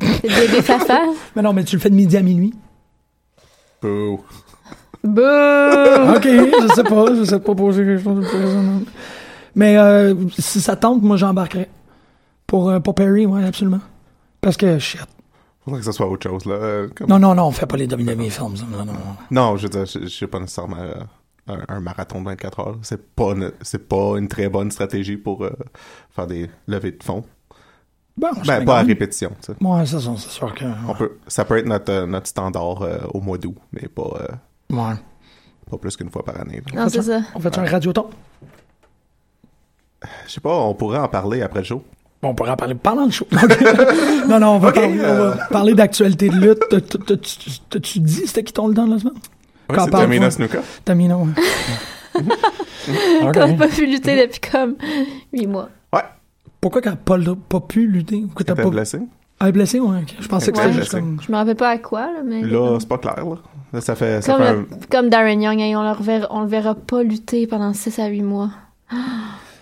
c'est bébé fafa. Mais non, mais tu le fais de midi à minuit. Boo. Bouh! ok, je sais pas, je sais pas poser quelque chose de plus raisonnable. Mais euh, si ça tente, moi j'embarquerai. Pour, euh, pour Perry, ouais, absolument. Parce que, shit. Faudrait que ça soit autre chose, là. Euh, comme- Non, non, non, on fait pas les WWE films. ça, Non, non, non. Non, je veux dire, je je sais pas nécessairement euh, un, un marathon de 24 heures. C'est pas, une- c'est pas une très bonne stratégie pour euh, faire des levées de fonds. Bon, Ben, c'est pas à grave. répétition, tu sais. Ouais, ça, c'est c'est sûr que. On peut, ça peut être notre, euh, notre standard euh, au mois d'août, mais pas, euh, Ouais. pas plus qu'une fois par année. là. Non, c'est ça. On fait un radioton. Je sais pas, on pourrait en parler après le show. Bon, on pourra en parler pendant le show. non, non, on va, parler, on va parler d'actualité de lutte. T'as- t'as- t'as- t'as- T'as-tu dit c'était qui ton le temps de la semaine? Ouais, Quand c'est parle- Tamina ouais. Snuka. Tamina, ouais. Ah, ben. T'as pas pu lutter depuis comme 8 mois. Ouais, Pourquoi qu'elle n'a pas, le- pas pu lutter? Pourquoi t'as t'es pas... blessé. Elle est blessée, ouais. ok. Je pensais que Ouais. c'était juste Blessée. comme... Je me rappelle pas à quoi, là, mais. Là, c'est pas clair, là. Là, ça fait, ça Comme, fait le- comme Darren Young, hein, on, le reverra, on le verra pas lutter pendant 6 à 8 mois.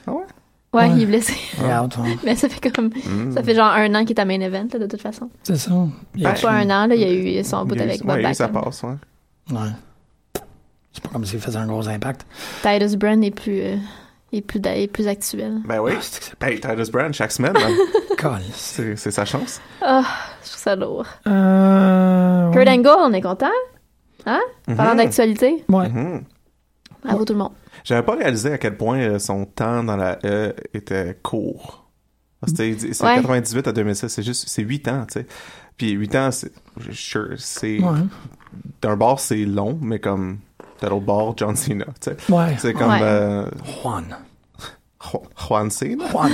Ah ouais? Ouais, Ouais. il est blessé. Regarde, ouais. Mais ça fait comme. Hmm. Ça fait genre un an qu'il est à main event, là, de toute façon. C'est ça. Il y a- Pas un an, là, il y a eu son bout il y a eu- avec ouais, Bob il y a eu ça Backlund. passe, ouais. Ouais. C'est pas comme s'il faisait un gros impact. Titus Brand est plus, euh, est plus, da- est plus actuel. Ben oui. c'est que c'est Hey, Titus Brand, chaque semaine, là. Calisse. c'est c'est sa chance. Je trouve ça lourd. Euh... Kurt Ouais. Angle, on est content? Hein? Mm-hmm. Parlant d'actualité, Ouais. bravo tout le monde. J'avais pas réalisé à quel point euh, son temps dans la E était court. Ah, Parce que C'est c'est Ouais. 98 à 2006, c'est juste c'est 8 ans, tu sais. Puis 8 ans, c'est je- sure, c'est Ouais. d'un bord c'est long, mais comme de l'autre bord John Cena, tu sais. Ouais. C'est comme Ouais. euh, Juan. Ju- Juan Cena. Juan.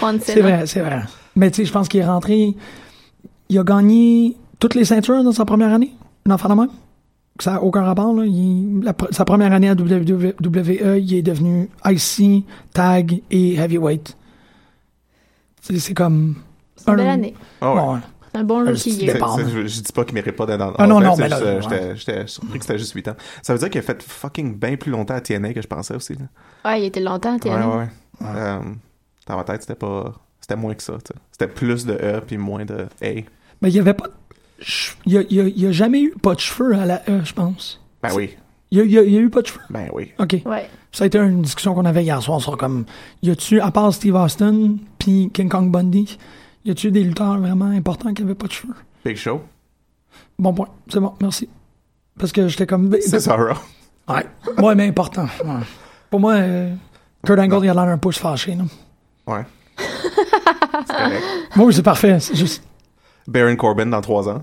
Juan Cena. C'est vrai, c'est vrai. Mais tu sais, je pense qu'il est rentré... Il a gagné toutes les ceintures dans sa première année. Un enfant de même. Ça n'a aucun rapport. Là. Il- la pre- Sa première année à WWE, il est devenu IC, tag et heavyweight. C'est c'est comme... C'est une belle un- année. Ah ouais. Ouais, ouais. C'est un bon Un rookie petit C'est- year. départ. c'est- Je, je dis pas qu'il mérite pas d'être dans Ah non, dans- non, c'est mais juste, là, euh, ouais. j'étais- J'étais surpris que c'était juste 8 ans. Ça veut dire qu'il a fait fucking bien plus longtemps à TNA que je pensais aussi. Là. Ouais, il était longtemps, t'es Ouais, allé. ouais, ouais. Euh, dans ma tête, c'était pas. C'était moins que ça, tu sais. C'était plus de E puis moins de A. Mais il y avait pas. de che- Il y a, il y a- il y a jamais eu pas de cheveux à la E, je pense. Ben oui, Il y a, il y a- il y a eu pas de cheveux. ben oui. OK. Ouais. Ça a été une discussion qu'on avait hier soir sur comme. Y a-tu, à part Steve Austin puis King Kong Bundy, y a-tu des lutteurs vraiment importants qui avaient pas de cheveux? Big Show. Bon point. C'est bon, merci. Parce que j'étais comme. C'est Sorrow. Ouais. Ouais, mais important. ouais. Pour moi, euh, Kurt Angle, il a l'air un pouce fâché. là. Ouais. C'est correct. Bon, c'est parfait. C'est juste. Baron Corbin dans trois ans.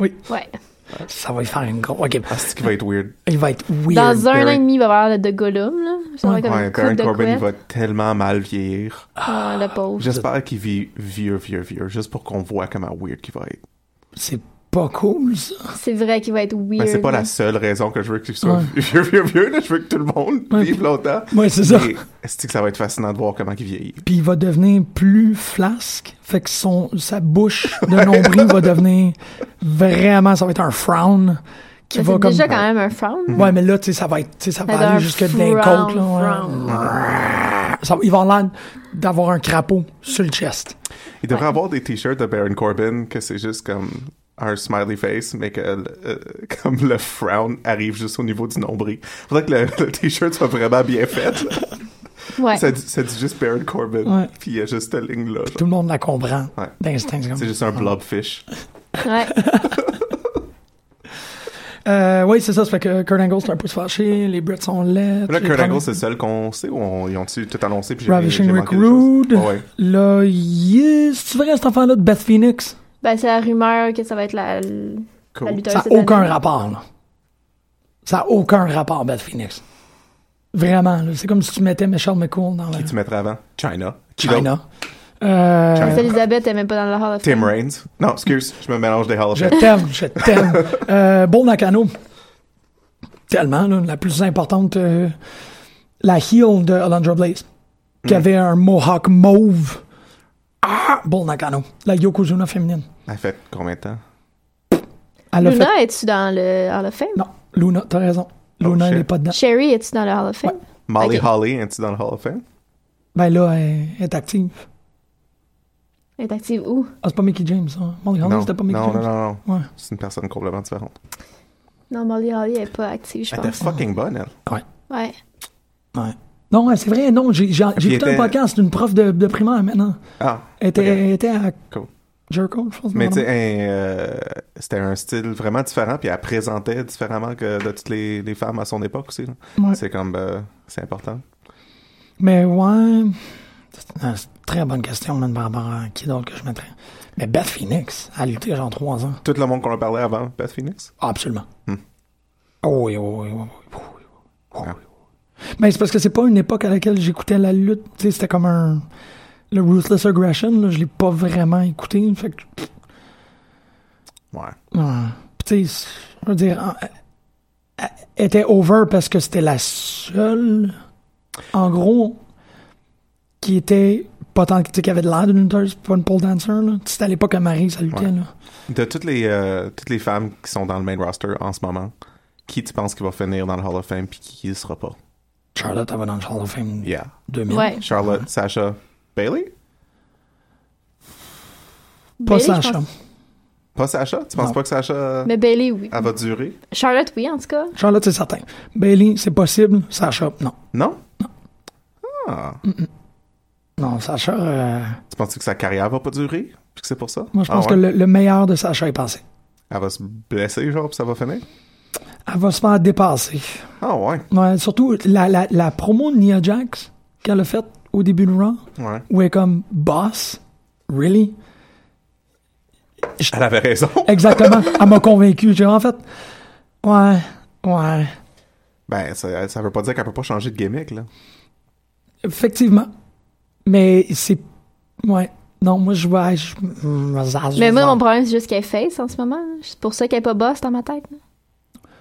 Ouais. Ça va lui faire une grosse. OK. C'est qui va être weird. Il va être weird. Dans un an Barry. et demi, il va y avoir de Gollum, là. Ça va Ouais. être comme Ouais, une coupe Baron de Corbin couette. va tellement mal vieillir. Ah, le pauvre. J'espère qu'il vit vieux, vieux, vieux, juste pour qu'on voit comment weird qu'il va être. C'est pas cool, ça. C'est vrai qu'il va être weird. Mais Ben, c'est pas là. la seule raison que je veux qu'il soit Ouais. vieux, vieux, vieux. là. Je veux que tout le monde Ouais. vive longtemps. Ouais, c'est ça. Et est-ce que ça va être fascinant de voir comment il vieillit? Puis il va devenir plus flasque. Fait que son, sa bouche de nombril va devenir vraiment. Ça va être un frown. Qui Mais va C'est comme. déjà quand même un frown. Ouais, mais là, tu sais, ça va être, tu sais, ça va Ça doit aller un jusque dans les frown, côtes, là. ouais. Ça- il va avoir l'air d'avoir un crapaud sur le chest. Il devrait avoir des t-shirts de Baron Corbin que c'est juste comme un smiley face, mais que le- euh, comme le frown arrive juste au niveau du nombril. Faudrait que le, le t-shirt soit vraiment bien fait. là. Ouais. Ça, dit, ça dit juste Baron Corbin, Ouais. puis il y a juste cette ligne-là. genre. Tout le Ah. monde la comprend Ouais. d'instinct. c'est comme- C'est juste un blobfish. ouais. Euh, oui, c'est ça. Ça fait que Kurt Angle, c'est un pouce fâché. Les Brits sont laids. Là, les Kurt Promos- Angle, c'est le seul qu'on sait ou on- ils ont-tu tout annoncé? Puis j'ai- Ravishing j'ai Rick manqué des choses? Rude. Ouais, ouais. Là, yes. C'est vrai, cet enfant-là de Beth Phoenix? Ben, c'est la rumeur que ça va être la, Cool. la lutteuse Ça n'a cette aucun année. rapport, là. Ça n'a aucun rapport, Beth Phoenix. Vraiment, là. C'est comme si tu mettais Michelle McCool dans la Qui tu mettrais avant? China. Qui d'autre? China. Euh, Parce qu'Elisabeth est même pas dans le Hall of Tim Fame. Raines. Non, excuse, je me mélange des Hall of je Fame. t'aime, je t'aime. euh, bon Nakano. Tellement, là, la plus importante, euh, la heel de Alondra Blaze, Mm. qui avait un mohawk mauve. Ah! Bon Nakano. La Yokozuna féminine. Elle fait combien de temps? Elle a Luna, fait- es-tu dans le Hall of Fame? Non, Luna, t'as raison. Oh, Luna, elle shit. n'est pas dedans. Sherry, es-tu dans le Hall of Fame? Molly Ok. Holly, est-tu dans le Hall of Fame? Ben là, elle elle est active. Elle est active où? Ah, c'est pas Mickey James, hein. Molly Holly, non. c'était pas Mickey non, non, James. non, non. Ouais. C'est une personne complètement différente. Non, Molly Holly elle est pas active, je Elle était pense. fucking bonne, elle. Ouais. Ouais. Non, ouais, c'est vrai, non, j'ai j'ai- j'ai Puis écouté était- un podcast d'une prof de, de primaire maintenant. Ah, Elle était, Ok. elle était à Cool. Jericho, je pense. mais non, tu sais, elle, euh, c'était un style vraiment différent, puis elle présentait différemment que de toutes les, les femmes à son époque aussi. là. non. Ouais. C'est comme, euh, c'est important. Mais ouais, c'est une très bonne question, même par rapport à qui d'autre que je mettrais. Mais Beth Phoenix a lutté genre trois ans. Tout le monde qu'on a parlé avant, Beth Phoenix. Ah, absolument. Hmm. Oh oui, oui, oui, oui, oui, oui, oui, oh oui, oui, oui. Mais c'est parce que c'est pas une époque à laquelle j'écoutais la lutte. Tu sais, c'était comme un. Le Ruthless Aggression, là, je l'ai pas vraiment écouté. Fait que. Ouais. Ouais. Puis tu sais, je veux dire, en- elle- elle était over parce que c'était la seule, en gros, qui était pas tant tu sais, qui avait de l'air d'une lutteuse, pas une pole dancer. Là. C'était à l'époque à Marie, ça luttait. Ouais. Là. De toutes les, euh, toutes les femmes qui sont dans le main roster en ce moment, qui tu penses qui va finir dans le Hall of Fame puis qui ne sera pas? Charlotte, elle va dans le Hall of Fame Yeah. 2000. Ouais. Charlotte, Sasha, Bailey? Pas Bailey, je Sacha. pense- Pas Sasha? Tu penses Non. pas que Sasha, Mais Bailey, oui. elle va durer? Charlotte, oui, en tout cas. Charlotte, c'est certain. Bailey, c'est possible. Sacha, non. Non? Ah. Non, Sacha, euh, Tu penses que sa carrière va pas durer? Puis que c'est pour ça? moi je Ah pense ouais? que le, le meilleur de Sacha est passé. Elle va se blesser, genre, puis ça va finir? Elle va se faire dépasser. Ah ouais, Ouais, surtout la, la, la promo de Nia Jax qu'elle a faite au début de Raw. ouais. où elle est comme boss, really? Elle avait raison. Exactement. elle m'a convaincu. J'ai en fait, ouais, ouais, Ben, ça, ça veut pas dire qu'elle peut pas changer de gimmick, là. effectivement. Mais c'est, ouais. Non, moi je vois, je, je- Mais moi, mon problème, c'est juste qu'elle est face en ce moment. C'est pour ça qu'elle est pas boss dans ma tête.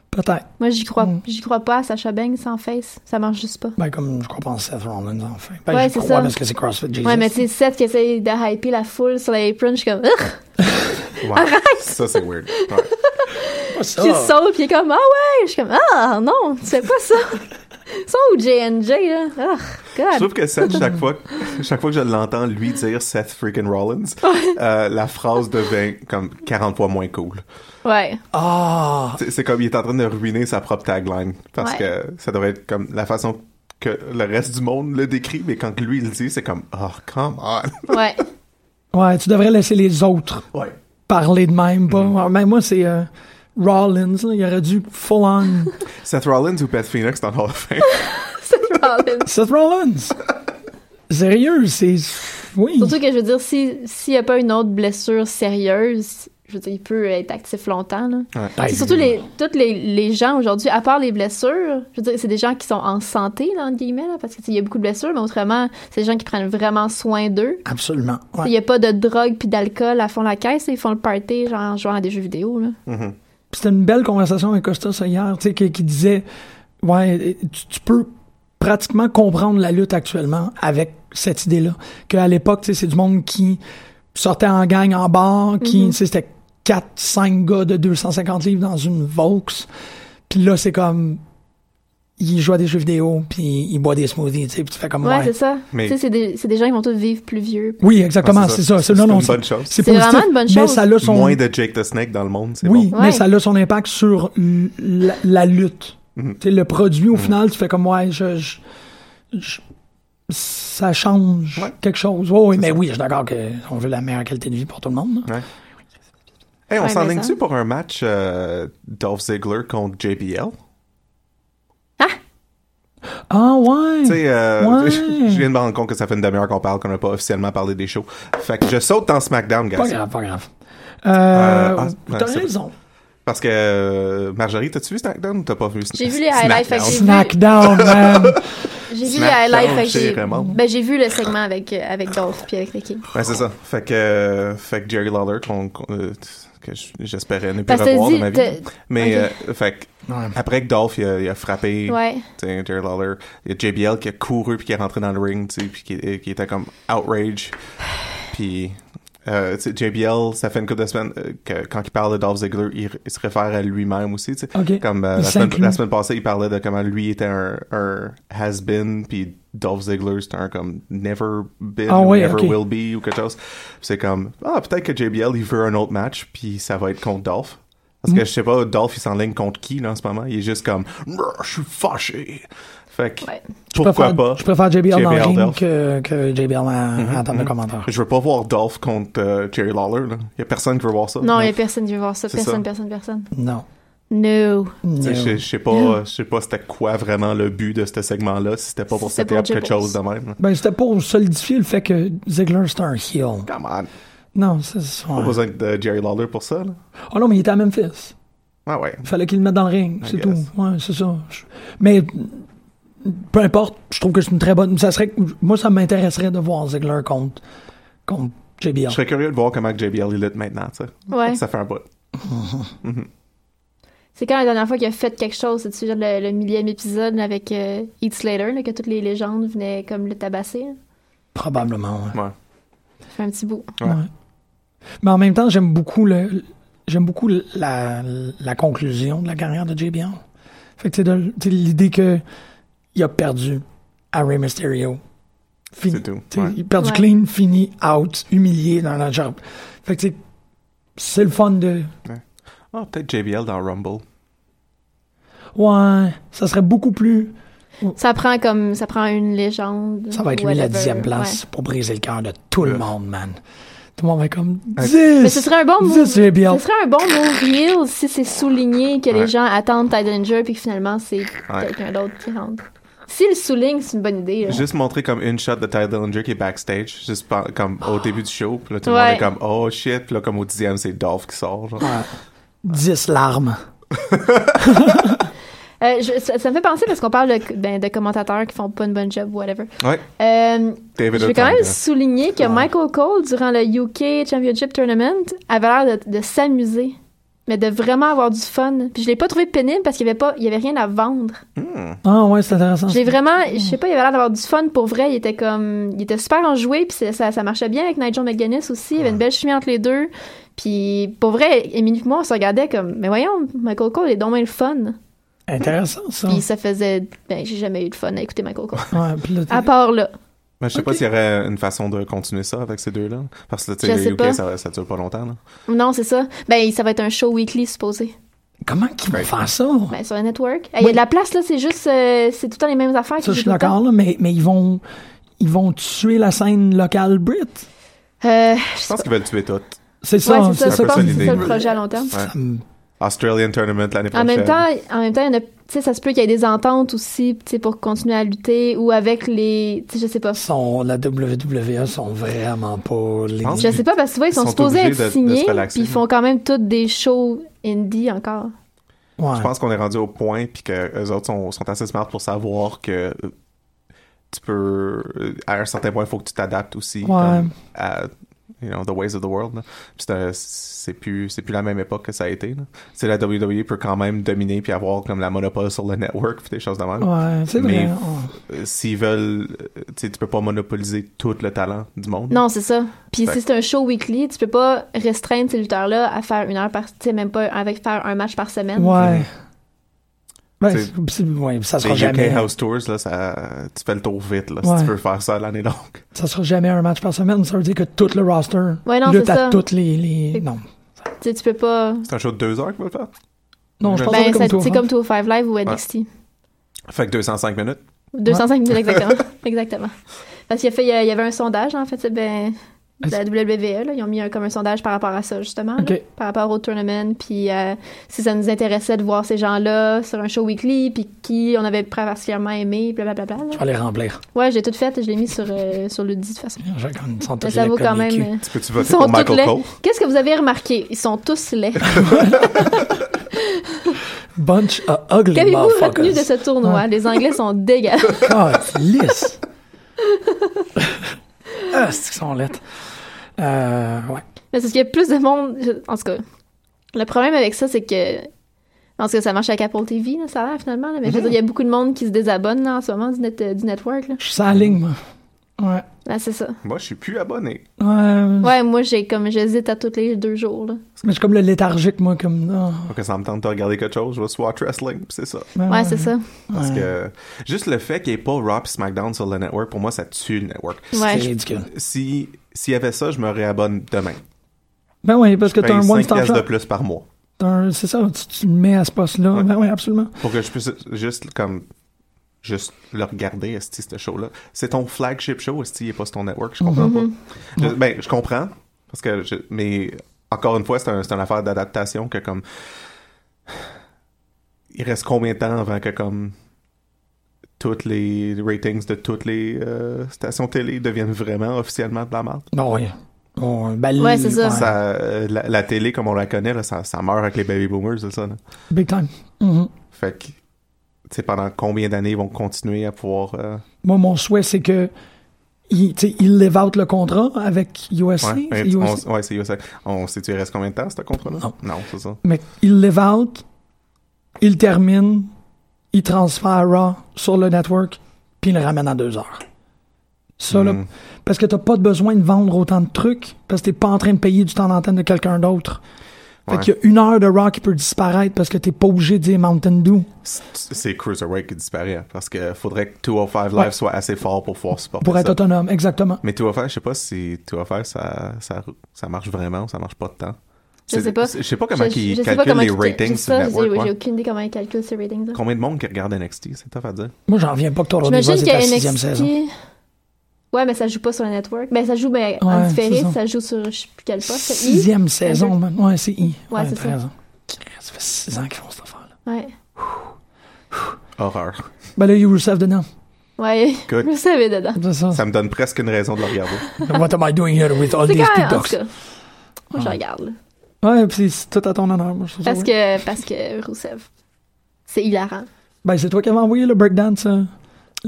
peut-être. Moi, j'y crois, Mm. j'y crois pas à Sacha Banks sans face. Ça marche juste pas. Ben comme je crois pas en Seth Rollins enfin. Ben, Ouais, je c'est crois ça. parce que c'est CrossFit Jesus. Ouais, mais c'est Seth qui essaye de hyper la foule sur l'apron. Je suis comme, Ugh! Ouais. Ça, c'est weird. Ouais. Puis il saute, puis il est comme, ah ouais! Je suis comme, ah non, tu fais pas ça! Ça ou JNJ, là? Ah! God. Je trouve que Seth, chaque fois, chaque fois que je l'entends lui dire Seth freaking Rollins, euh, la phrase devient comme 40 fois moins cool. Ouais. Ah! C'est c'est comme il est en train de ruiner sa propre tagline parce Ouais. que ça devrait être comme la façon que le reste du monde le décrit, mais quand lui il le dit, c'est comme oh come on. Ouais. Ouais, tu devrais laisser les autres Ouais. parler de même. Pas. Même moi, c'est euh, Rollins. là, il aurait dû full-on... Seth Rollins ou Beth Phoenix dans le Hall of Fame. Seth Rollins. Seth Rollins! Sérieux, c'est... Oui. Surtout que je veux dire, si- s'il n'y a pas une autre blessure sérieuse, je veux dire, il peut être actif longtemps. Là. Ben, C'est surtout les, toutes les, les gens aujourd'hui, à part les blessures, je veux dire, c'est des gens qui sont en santé, là, entre guillemets, là, parce qu'il y a beaucoup de blessures, mais autrement, c'est des gens qui prennent vraiment soin d'eux. Absolument. Il ouais. n'y a pas de drogue puis d'alcool à fond la caisse, ils font le party genre, en jouant à des jeux vidéo. Là. Puis C'était une belle conversation avec Costa ça, hier, tu sais, qui, qui disait Ouais, tu, tu peux pratiquement comprendre la lutte actuellement avec cette idée-là. Qu'à l'époque, tu sais, c'est du monde qui sortait en gang en bar, qui, Mm-hmm. tu sais, c'était 4-5 gars de 250 livres dans une Vaux. Puis là, c'est comme. Il joue à des jeux vidéo, puis il boit des smoothies, tu sais, puis tu fais comme. Ouais, Ouais, c'est ça. Mais- Tu sais, c'est des, c'est des gens qui vont tous vivre plus vieux. oui, exactement, Ouais, c'est ça. C'est non, non, une bonne chose. c'est C'est vraiment positif, une bonne Mais chose. ça a son Moins de Jake the Snake dans le monde, c'est Oui, bon. mais Ouais. ça a son impact sur l- la, la lutte. Mm-hmm. Tu sais, Le produit, au final, tu fais comme, ouais, je, je- je- ça change quelque chose. Ouais, ouais, mais oui, je suis d'accord qu'on veut la meilleure qualité de vie pour tout le monde. Ah. là. Hey, on Ouais, s'en mais ça. ligne-tu pour un match euh, Dolph Ziggler contre JBL? Ah ouais! Tu sais, euh, Ouais. je viens de me rendre compte que ça fait une demi-heure qu'on parle, qu'on n'a pas officiellement parlé des shows. Fait que je saute dans SmackDown, Pas guys. grave, pas grave. Euh, Euh, ah, T'as ouais, c'est- raison. Parce que, euh, Marjorie, t'as-tu vu SmackDown ou t'as pas vu J'ai vu les highlights, fait que SmackDown? j'ai- Smackdown, man! J'ai vu les Smackdown, highlights, fait que j'ai- chez Raymond. ben, j'ai vu le segment avec, euh, avec Dolph puis avec Ricky. Ouais, c'est ça. Fait que, euh, fait que Jerry Lawler, qu'on- qu'on, euh, que j- j'espérais ne plus Parce que t'as revoir dit- dans ma vie. t'as- Mais, Ok. euh, fait que, Ouais. après que Dolph, il a, il a frappé Ouais. tu sais, Jerry Lawler, il y a JBL qui a couru puis qui est rentré dans le ring, tu sais, puis qui, qui était comme outrage. Puis, euh, tu sais, JBL, ça fait une couple de semaines euh, que quand il parle de Dolph Ziggler, il, il se réfère à lui-même aussi, tu sais. Ok. Comme euh, Il la, semaine, s'inclut. la semaine passée, il parlait de comment lui était un, un has-been, puis Dolph Ziggler, c'était un comme never been, Ah ou ouais, never ok. will be, ou quelque chose. Puis c'est comme, ah, peut-être que JBL, il veut un autre match, puis ça va être contre Dolph. Parce Mm. que je sais pas, Dolph, il s'enligne contre qui, là, en ce moment. Il est juste comme, Brr, je suis fâché. Fait que, Ouais. pourquoi je préfère, pas? Je préfère JBL, dans le ring Dolph. que, que JBL en, Mm-hmm, en termes de commentaires. Je veux pas voir Dolph contre euh, Jerry Lawler, là. Y a personne qui veut voir ça. Non, il n'y a personne qui veut voir ça. C'est Personne, ça. personne, personne. Non. No. Tu sais, No. Je je sais pas, euh, je sais pas c'était quoi vraiment le but de ce segment-là, si c'était pas pour C'était setter up pour quelque Jibbles. chose de même. Ben, c'était pour solidifier le fait que Ziggler, c'est un heel. Come on. Non, c'est ça. Pas besoin de euh, Jerry Lawler pour ça, là. Oh non, mais il était à Memphis. Ah ouais. fallait qu'il le mette dans le ring, c'est tout. guess. Ouais, c'est ça. Je- Mais peu importe, je trouve que c'est une très bonne. Ça serait, moi, ça m'intéresserait de voir Ziggler contre, contre JBL. Je serais curieux de voir comment que JBL il lutte maintenant, tu sais. Ouais. Ça fait un bout. C'est quand la dernière fois qu'il a fait quelque chose, c'est-tu genre le, le millième épisode avec euh, Eat Slater, là, que toutes les légendes venaient comme le tabasser? là? Probablement. ouais. Ouais. Ça fait un petit bout. Ouais. Ouais. Mais en même temps, j'aime beaucoup le, j'aime beaucoup la, la conclusion de la carrière de JBL. Fait que c'est de- c'est l'idée que il a perdu à Rey Mysterio. Fini. C'est tout, T'sais, ouais. Il a perdu Ouais. clean, fini, out, humilié dans la jambe. Fait que c'est- c'est le fun de, Ah, peut-être JBL dans Rumble. Ouais, ça serait beaucoup plus. Ça prend comme. Ça prend une légende. Ça va être lui whatever. la dixième place Ouais. pour briser le cœur de tout le monde, man. Tout le monde va être comme 10! Mais ce serait un bon move. 10, c'est bien. Ce serait un bon move real si c'est souligné que les gens attendent Tide Danger puis que finalement c'est quelqu'un d'autre qui rentre. S'il le souligne, c'est une bonne idée. là. Juste montrer comme une shot de Ty Dillinger qui est backstage, juste par- comme au début du show, puis là tout le Ah. Ouais. monde est comme oh shit, puis là comme au dixième c'est Dolph qui sort. genre. 10 larmes. Euh, je- ça, ça me fait penser parce qu'on parle de, ben, de commentateurs qui font pas une bonne job, whatever. Ouais. Euh, David je veux quand Otunga. même souligner que Michael Cole, durant le UK Championship Tournament, avait l'air de, de s'amuser, mais de vraiment avoir du fun. Puis je l'ai pas trouvé pénible parce qu'il y avait pas, il y avait rien à vendre. Ah ouais, c'est intéressant. J'ai vraiment, je sais pas, il avait l'air d'avoir du fun pour vrai. Il était comme, il était super enjoué, puis c'est- ça, ça marchait bien avec Nigel McGuinness aussi. Il y avait une belle chimie entre les deux. Puis pour vrai, Émilie et moi, on se regardait comme, mais voyons, Michael Cole est donc bien le fun. Intéressant, ça. Puis ça faisait. Ben, j'ai jamais eu de fun à écouter Michael Cole. Ouais, puis là, À part là. Mais je sais pas s'il y aurait une façon de continuer ça avec ces deux-là. Parce que, tu Je sais, les sais UK, pas. Ça, ça dure pas longtemps, là. Non, c'est ça. Ben, ça va être un show weekly, supposé. comment qu'ils vont faire ça? Ben, sur un network. Eh, Il y Oui. a de la place, là. C'est juste. euh, c'est tout le temps les mêmes affaires. Ça, qui je suis jouent tout le d'accord, là, mais, mais ils vont ils vont tuer la scène locale Brit. temps. Euh, je Je sais pense pas. qu'ils veulent tuer tout. C'est ça. Ouais, c'est ça. c'est Je un peu pense ça que c'est ça l'idée. le projet à long terme. ça me- Australian Tournament l'année prochaine. En même temps, en même temps, il y en a, tu sais, ça se peut qu'il y ait des ententes aussi, tu sais, pour continuer à lutter ou avec les, tu sais, je sais pas. sont, la WWE sont vraiment pas les... pense Je sais pas parce que tu vois, ils Ils sont, sont supposés obligés être de- de se signés, relaxer. Mm. puis ils font quand même toutes des shows indie encore. Ouais. Je pense qu'on est rendu au point, puis que eux autres sont, sont assez smart pour savoir que euh, tu peux. euh, À un certain point, il faut que tu t'adaptes aussi Ouais. comme, à. You know, the ways of the world. là. Puis c'est un- C'est plus, c'est plus la même époque que ça a été. là. Tu sais, la WWE peut quand même dominer puis avoir comme la monopole sur le network puis des choses de même. Ouais, c'est vrai. Mais- ouais. Euh, S'ils veulent, euh, tu sais, tu peux pas monopoliser tout le talent du monde. Non, c'est ça. Puis Fait si c'est un show weekly, tu peux pas restreindre ces lutteurs-là à faire une heure par, tu sais, même pas avec faire un match par semaine. Ouais. Ouais, C'est- c'est- c'est- ouais, ça sera Les jamais... UK House Tours, là, ça, tu fais le tour vite là, Ouais. si tu veux faire ça l'année longue. Ça sera jamais un match par semaine. Ça veut dire que tout le roster Ouais, non, lutte c'est à ça. toutes les... les- Fait- Non. Tu sais, tu peux pas. C'est un show de deux heures qu'ils veulent faire. Non, je pense que Ben, ça- c'est comme c'est toi. hein. comme tout au Five Live ou NXT. Fait que 205 minutes. 205 000 exactement. exactement. Parce qu'il a fait, il y a- il y avait un sondage en fait, c'est ben de la WWE, là, ils ont mis un, comme un sondage par rapport à ça justement, là, Ok. par rapport au tournament, puis euh, si ça nous intéressait de voir ces gens-là sur un show weekly, puis qui on avait particulièrement aimé, blablabla. Je là. vais les remplir. Ouais, j'ai tout fait, je l'ai mis sur euh, sur le dit de toute façon. J'ai une Mais centaine ça vaut quand même. euh, Tu peux-tu Ils voter sont pour tous Michael Cole? laids. Qu'est-ce que vous avez remarqué Ils sont tous laids. Bunch of ugly euh. Qu'avez-vous retenu motherfuckers. de ce tournoi Les Anglais sont dégueulasses. Ah, c'est lisse. ah, c'est qu'ils sont lettres. Euh, ouais. Mais c'est ce qu'il y a plus de monde. En tout cas, le problème avec ça, c'est que. En tout cas, ça marche avec Apple TV, là, ça a l'air finalement. là, mais je Mhm. veux dire, il y a beaucoup de monde qui se désabonne là, en ce moment du, net- euh, du network. Là. Je suis sans ligne, moi. Ouais. Là, c'est ça. Moi, je suis plus abonné. Ouais. Ouais, moi, j'ai comme j'hésite à tous les deux jours. Là. Mais je suis comme le léthargique, moi, comme. ah, non. Faut que ça me tente de regarder quelque chose, je vais se watch wrestling, pis c'est ça. Ouais, c'est ça. Parce ben Ouais. que juste le fait qu'il n'y ait pas Raw pis SmackDown sur le network, pour moi, ça tue le network. C'est Ouais. je- ridicule. Si s'il y avait ça, je me réabonne demain. Ben oui, parce que Je t'as un paye 5 one-stop piastres de shop. plus par mois. T'as un- C'est ça, tu, tu le mets à ce poste-là. Ben oui, absolument. Pour que je puisse juste comme juste le regarder, esti, ce show-là. C'est ton flagship show, esti, et pas sur ton network, je comprends Mhm. pas. Je- ben, je comprends, parce que je- mais encore une fois, c'est un, c'est une affaire d'adaptation que comme... Il reste combien de temps avant que comme toutes les ratings de toutes les euh, stations télé deviennent vraiment officiellement de la merde? Mm-hmm. Bon, oui. Bon, ben, Ouais, le- c'est ça. Ça, euh, la, la télé, comme on la connaît, là, ça, ça meurt avec les baby boomers, c'est ça, là. Big time. Mhm. Fait que, tu sais, pendant combien d'années ils vont continuer à pouvoir. euh, Moi, mon souhait, c'est que. Il, tu sais, il live out le contrat avec USC. Ouais, c'est on- USC. ouais, c'est USA. On sait, tu restes combien de temps, ce contrat-là? Non. c'est ça. Mais il live out, il termine, il transfère Raw sur le network, puis il le ramène à deux heures. Ça, là, Mm. parce que t'as pas besoin de vendre autant de trucs, parce que t'es pas en train de payer du temps d'antenne de quelqu'un d'autre. Fait Ouais. qu'il y a une heure de Raw qui peut disparaître parce que t'es pas obligé de dire Mountain Dew. C'est- C'est Cruiserweight qui disparaît, hein, parce que faudrait que 205 Live Ouais. soit assez fort pour pouvoir supporter Pour être ça. autonome, exactement. Mais 205, je sais pas si 205, ça, ça, ça marche vraiment ou ça marche pas de temps. Je C'est- sais pas. Je sais pas comment Je- je- ils je sais pas calculent comment les tout- ratings j'ai sur ça, le network. J'ai ouais. j'ai aucune idée comment ils calculent ces ratings. là. Combien de monde qui regarde NXT, c'est tough à dire. Moi, j'en viens pas que Total Divas J'imagine est qu'il y à la a sixième saison. NXT. Ouais, mais ça joue pas sur le network. Ben, ça joue ben, en Ouais, c'est différé, ça. ça joue sur je sais plus quel poste. c'est I? Sixième saison, man. Ouais, c'est I. Ouais, c'est t'as ça. raison. Ça fait six ans qu'ils font cette affaire-là. Ouais. Horreur. Ben là, Youssef dedans. Ouais. Good. Je savais dedans. C'est ça. Ça me donne presque une raison de le regarder. What am I doing here with all C'est these quand même, en peacocks? tout cas. Ah. Moi, je regarde, là. Ouais, pis c'est- c'est tout à ton honneur. Moi, je trouve ça Parce oui. que, parce que Rousseff, c'est hilarant. Ben, c'est toi qui avais envoyé le breakdance. euh.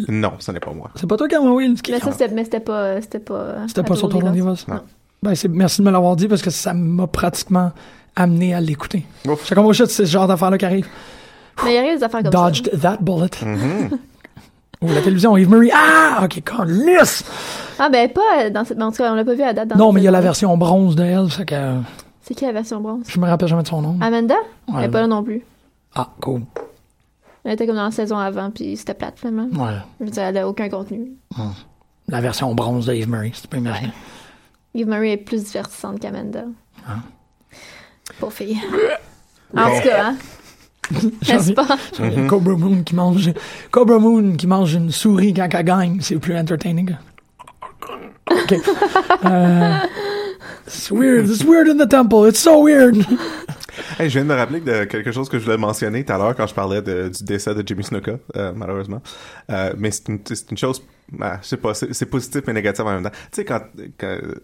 non, ce n'est pas moi. C'est pas toi qui avais envoyé le ski. Mais Ben, ça, c'était, mais c'était pas. C'était pas, C'était pas sur ton rendez-vous. Non. Ben, c'est merci de me l'avoir dit parce que ça m'a pratiquement amené à l'écouter. Ouf. J'ai comme au shit, c'est ce genre d'affaire-là qui arrive. Mais il arrive des affaires Ah, comme Dodged that bullet. Mm-hmm. Ou la télévision, Yves Murray. Ah, ok, calisse! ça. Ah, ben, pas dans cette. mais En tout cas, on l'a pas vu à date. Dans Non, cette mais il y a la saison. version bronze de elle, fait que euh, C'est qui la version bronze Ah. je me rappelle jamais de son nom. Amanda Elle est Ouais. pas là non plus. Ah, cool. Elle était comme dans la saison avant, puis c'était plate, finalement. Ouais. Je veux dire, elle a aucun contenu. La version bronze de Eve Murray, c'est pas imaginer. Eve Murray est plus divertissante qu'Amanda. Ah. Pauvre fille. en tout cas, hein? N'est-ce pas? Mhm. Cobra Moon qui mange Cobra Moon qui mange une souris quand elle gagne, c'est plus entertaining. Ok. Euh, it's weird. It's weird in the temple. It's so weird. Hey, je viens de me rappeler de quelque chose que je voulais mentionner tout à l'heure quand je parlais de- du décès de Jimmy Snuka, euh, malheureusement. Euh, mais c'est une, c'est une chose, ah, je sais pas, c'est c'est positif mais négatif en même temps. Tu sais, quand, quand, euh,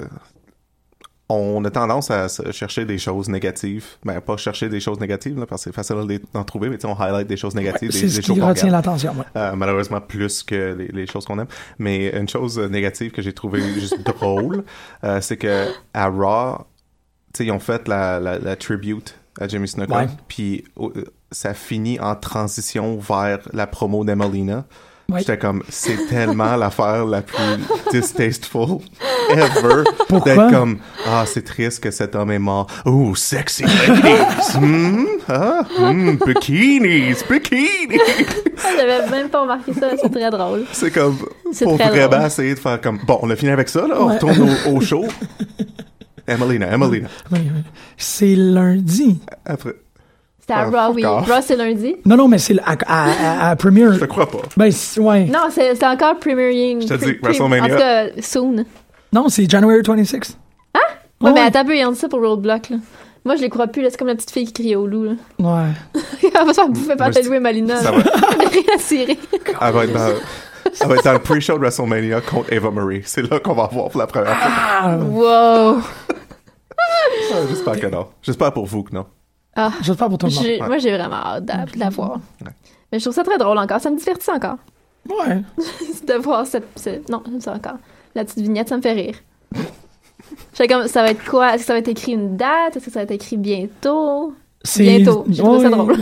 on a tendance à se chercher des choses négatives, ben pas chercher des choses négatives, là, parce que c'est facile d'en- d'en trouver, mais tu sais, on highlight des choses négatives, des, C'est ce des choses qui qu'on retient regarde. l'attention. ouais. Euh, malheureusement plus que les, les choses qu'on aime. Mais une chose euh, négative que j'ai trouvé juste drôle, euh, c'est que à Raw, tu sais, ils ont fait la, la, la tribute à Jimmy Snuka, Ouais. puis au- euh, ça finit en transition vers la promo d'Emelina. Ouais. J'étais comme, c'est tellement l'affaire la plus distasteful ever. Pourquoi? D'être comme, ah, c'est triste que cet homme est mort. Oh, sexy ladies. Hmm, ah, hmm, bikinis, bikinis. J'avais même pas remarqué ça, c'est très drôle. C'est comme, C'est pour très vraiment drôle. essayer de faire comme, bon, on a fini avec ça, là, on retourne au, au show. Emelina, Emelina. Oui, oui. C'est lundi. Après, C'était à Ah, Raw, oui. fuck off. Raw, c'est lundi. Non, non, mais c'est le- à, à, à- à Premiere. je te crois pas. Ben, c'est- ouais. Non, Non, c'est c'est encore premiering. Je te dis, WrestleMania. En tout cas, soon. Ouais, c'est January 26th. Ouais, Hein? mais ouais. attends un peu, ils ont dit ça pour Roadblock, là. Moi, je les crois plus, là. C'est comme la petite fille qui crie au loup, là. Ouais. Elle va se faire bouffer Moi, par je- Teddy et Malina. Ça là. va, Rien à cirer. elle va être dans, elle va être dans le pre-show de WrestleMania contre Eva Marie. C'est là qu'on va voir pour la première fois. Ah, Euh, Wow. Ah, J'espère que non. J'espère pour vous que non. Ah. J'espère pour tout le monde. J'ai- Moi, j'ai vraiment hâte de de la voir. Ouais. Mais je trouve ça très drôle encore. Ça me divertit encore. Ouais. de voir cette. ce- Non, j'aime ça encore. La petite vignette, ça me fait rire. J'étais comme, ça va être quoi? Est-ce que ça va être écrit une date? Est-ce que ça va être écrit bientôt? C'est- Bientôt. J'ai trouvé ça ouais. drôle.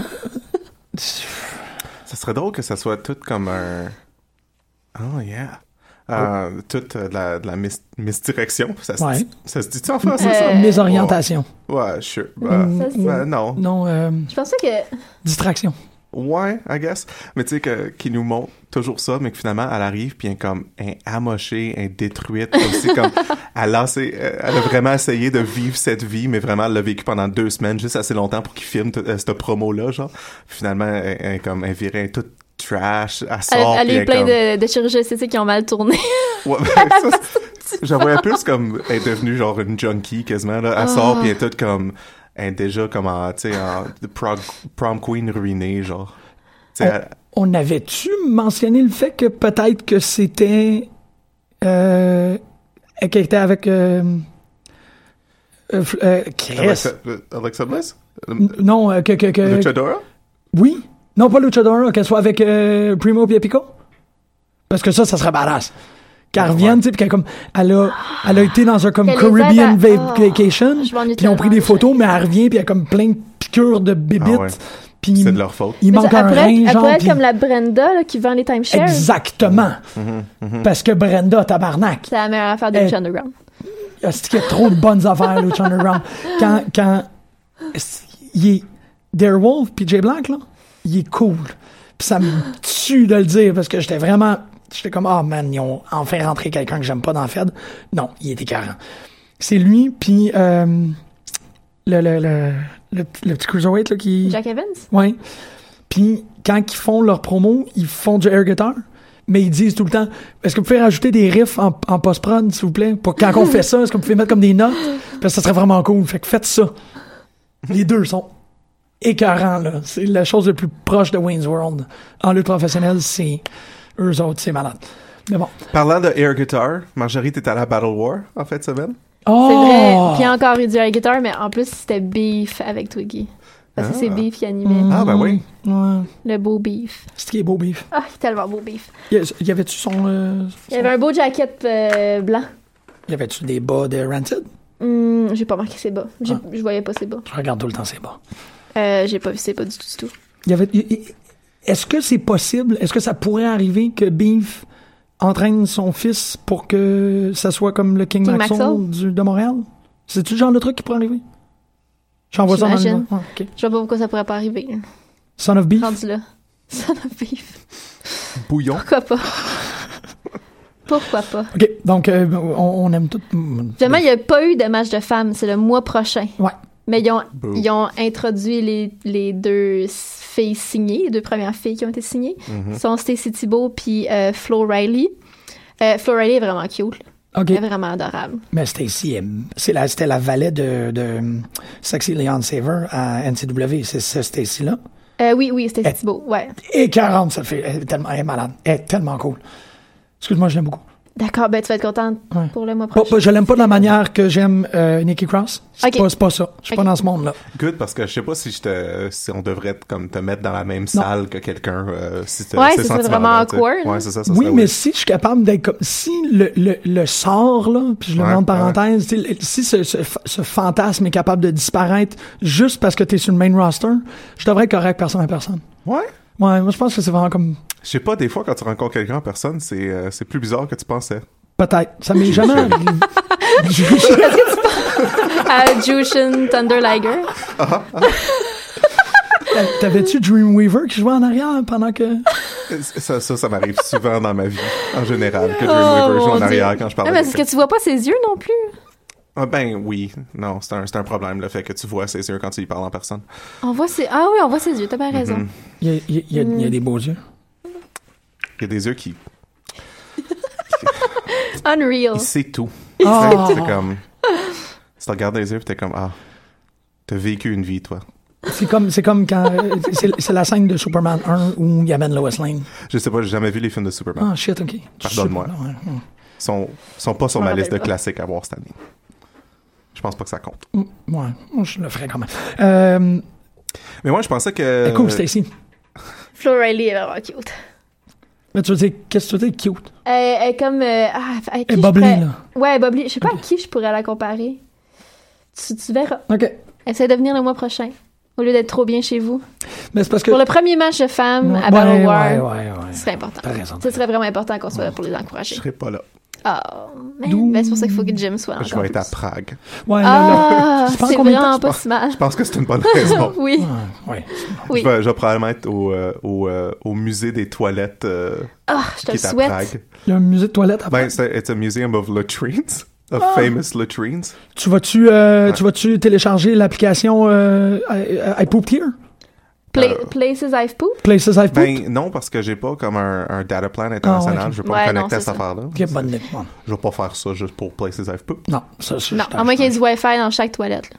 Ça serait drôle que ça soit tout comme un. Oh, yeah. Euh, Oh. Toute euh, de la, de la mis- misdirection. Ça se Ouais. dit- ça se dit-tu en français, Euh, Désorientation. ça? Ouais, sure. Ben, Ça, c'est- ben, non. Non, euh, Je pensais que. distraction. Ouais, I guess. Mais tu sais, que- qui nous montre toujours ça, mais que finalement, elle arrive, puis elle est comme, elle est amochée, elle est détruite, aussi comme, elle a, lancé- euh, elle a vraiment essayé de vivre cette vie, mais vraiment, elle l'a vécu pendant deux semaines, juste assez longtemps pour qu'il filme t- euh, cette promo-là, genre. Finalement, elle, elle est comme, elle virait toute trash, elle Elle, sort, elle puis a eu est plein comme- de, de chirurgiens esthétiques qui ont mal tourné. Ouais, ben, ça, c'est- j'en voyais plus comme elle est devenue genre une junkie quasiment là. Elle sort puis elle est toute comme elle est déjà comme en, tu sais en prog- prom queen ruinée genre. Tu sais, elle- On avait-tu mentionné le fait que peut-être que c'était. Euh, qu'elle était avec. Euh, euh, F- euh, Chris. Alexa, Alexa Bliss, N- Non, euh, que. que, que- Luchadora. Oui. Non, pas Luchador, hein, qu'elle soit avec euh, Primo et Pico. Parce que ça, ça serait badass. Ah, Qu'elle revienne, tu sais, puis qu'elle comme. Elle a, elle a été dans un comme Qu'elle les Caribbean aide à- va- Oh, vacation. je m'ennuie Puis ils ont pris tellement, des je- photos, mais elle revient, puis elle a comme plein de piqûres de bébites. Ah ouais. Puis C'est il- de leur faute. il manque un elle pourrait rein, être, elle genre. pourrait être puis- comme la Brenda là, qui vend les timeshares. C'est Exactement. Parce que Brenda, tabarnak, la meilleure affaire de Eh. Lucha Underground. est-ce qu'il y a trop de bonnes affaires, Lucha Underground? Quand, quand, est-ce- il est, Darewolf puis Jay Black, là, il est cool. Puis ça me tue de le dire, parce que j'étais vraiment, j'étais comme, ah man, ils ont enfin rentré quelqu'un que j'aime pas dans la Fed. Non, il était carré. C'est lui, puis euh, le, le, le, le, petit- le petit cruiserweight, là, qui... Jack Evans? Ouais. Puis quand ils font leur promo, ils font du air guitar, mais ils disent tout le temps est-ce que vous pouvez rajouter des riffs en, en post-prod, s'il vous plaît Pour quand on fait ça, est-ce que vous pouvez mettre comme des notes Parce que ça serait vraiment cool. Fait que faites ça. Les deux sont écœurants, là. C'est la chose la plus proche de Wayne's World. En lutte professionnelle, c'est eux autres, c'est malade. Mais bon. Parlant de air guitar, Marjorie t'es à la Battle War en fait semaine. Oh C'est vrai. Puis encore, il dit la guitare, mais en plus, c'était Beef avec Twiggy. Parce que c'est Beef qui animait. Mm. Ah ben oui. Ouais. Le beau Beef. C'est qui est beau, Beef. Ah, il est tellement beau Beef. Y a- Y avait-tu son. euh, Il y avait un beau jacket euh, blanc. y avait-tu des bas de Rancid Hum, j'ai pas marqué ses bas. J'ai- Ah. Je voyais pas ses bas. Je regarde tout le temps ces bas. Euh, j'ai pas vu ses bas du tout, du tout. Il y avait- il- il- Est-ce que c'est possible? Est-ce que ça pourrait arriver que Beef entraîne son fils pour que ça soit comme le King, King Maxon Maxwell? du- de Montréal? C'est-tu le genre de truc qui pourrait arriver? J'envoie ça dans le... J'imagine. Ah, ok. Je vois pas pourquoi ça pourrait pas arriver. hein. Son of Beef? Rendu là. Son of beef. Bouillon. Pourquoi pas? Pourquoi pas? OK, donc euh, on, on aime tout. Finalement, il n'y a pas eu de match de femmes, c'est le mois prochain. Ouais. Mais ils ont, Boo. ils ont introduit les, les deux s- filles signées, les deux premières filles qui ont été signées. Mm-hmm. Ce sont Stacy Thibault puis euh, Flo Riley. Euh, Flo Riley est vraiment cute. là. OK. Elle est vraiment adorable. Mais Stacy, elle- c'est la- c'était la valet de, de Sexy Leon Saver à NCW, c'est ce Stacy-là. Euh, oui, oui, Stacy Elle- Thibault, ouais. Et 40, ça fait. Elle est tellement, elle est malade. Elle est tellement cool. Excuse-moi, je l'aime beaucoup. D'accord, ben tu vas être contente Ouais. pour le mois Pas- prochain. pas- je l'aime pas de la manière que j'aime euh, Nikki Cross. C'est Ok. pas, c'est pas ça. Je suis pas Ok. dans ce monde-là. Good, parce que je sais pas si, je te, si on devrait te- comme, te mettre dans la même salle que quelqu'un. euh, si t'as Ouais, ces ça serait sentiments-là, vraiment tu sais. awkward, là. Ouais, c'est ça, ça oui, serait mais si je suis capable d'être comme. Si le, le, le sort, là, puis je le Ouais, mets en ouais. parenthèse, tu sais, le- si ce, ce, fa- ce fantasme est capable de disparaître juste parce que t'es sur le main roster, je devrais être correct personne à personne. Ouais. Ouais, moi je pense que c'est vraiment comme. Je sais pas, des fois, quand tu rencontres quelqu'un en personne, c'est euh, c'est plus bizarre que tu pensais. Peut-être. Ça m'est jamais arrivé. Je- Euh, Jushin Thunder Liger. T'avais-tu Dreamweaver qui jouait en arrière pendant que. Ça, ça, ça m'arrive souvent dans ma vie, en général, que Oh, Dreamweaver joue mon en Dieu. arrière quand je parle. Ah, à mais est-ce quelqu'un. que tu vois pas ses yeux non plus? Ah, ben oui, non, c'est un, c'est un problème, le fait que tu vois ses yeux quand tu lui parles en personne. On voit ses... Ah oui, on voit ses yeux, t'as bien raison. Mm-hmm. Il y a, il y a- il y a- il y a des beaux yeux. Il y a des yeux qui... Unreal. Oh. Il sait tout. Ah. Tu sais, C'est comme... Tu te regardes dans les yeux, puis t'es comme, ah, t'as vécu une vie, toi. C'est comme, c'est comme quand. euh, c'est, c'est la scène de Superman 1 où il amène Lois Lane. Je sais pas, j'ai jamais vu les films de Superman. Ah, shit, ok. Pardonne-moi. Superman, ouais, ouais. Ils sont, sont pas sur Je m'en ma liste de rappelle pas. classiques à voir cette année. Je pense pas que ça compte. Mm, Ouais, moi, je le ferais quand même. Euh, Mais moi, je pensais Ben, que... Écoute, Stacy. Flo Riley est vraiment cute. Mais tu veux dire, qu'est-ce que tu veux dire, cute? Euh, Elle est comme. euh, ah, à qui Et je Bob Lee, pourrais- là. Ouais, Bob Lee. Je sais pas à qui je pourrais la comparer. Tu, tu verras. OK. Essaye de venir le mois prochain. Au lieu d'être trop bien chez vous. Mais c'est parce que. Pour le premier match de femmes Ouais, à Battle ouais, War, ouais, ouais, ouais. ce serait important. T'as raison. Ce serait vraiment important qu'on soit là pour les Je encourager. serais pas là. Ah, mais D'où- c'est pour ça qu'il faut que Jim soit là. Je vais être à Prague. Ouais, là, là. Ah, Tu penses c'est combien de vraiment temps tu pas si mal. Je pense que c'est une bonne raison. Oui, penses? Ouais. oui. Je, vais, je vais probablement être au, euh, au, euh, au musée des toilettes euh, Ah, je te qui le est à souhaite. Prague. Il y a un musée de toilette après. Ben, c'est it's a museum of latrines, of Ah. famous latrines. Tu vas-tu, euh, tu vas-tu télécharger l'application euh, I, I- I Pooped Here? Pla- Euh, Places I've pooped. Places I've Pooped? Ben non, parce que j'ai pas comme un, un data plan international. Ah, ouais. Je vais pas Ouais, me connecter non, à c'est cette ça. affaire-là. Ok, bonne idée. Bon. Je vais pas faire ça juste pour Places I've Pooped. Non, ça, ça, Non, je à moins qu'il y ait t'en- du Wi-Fi dans chaque toilette. là.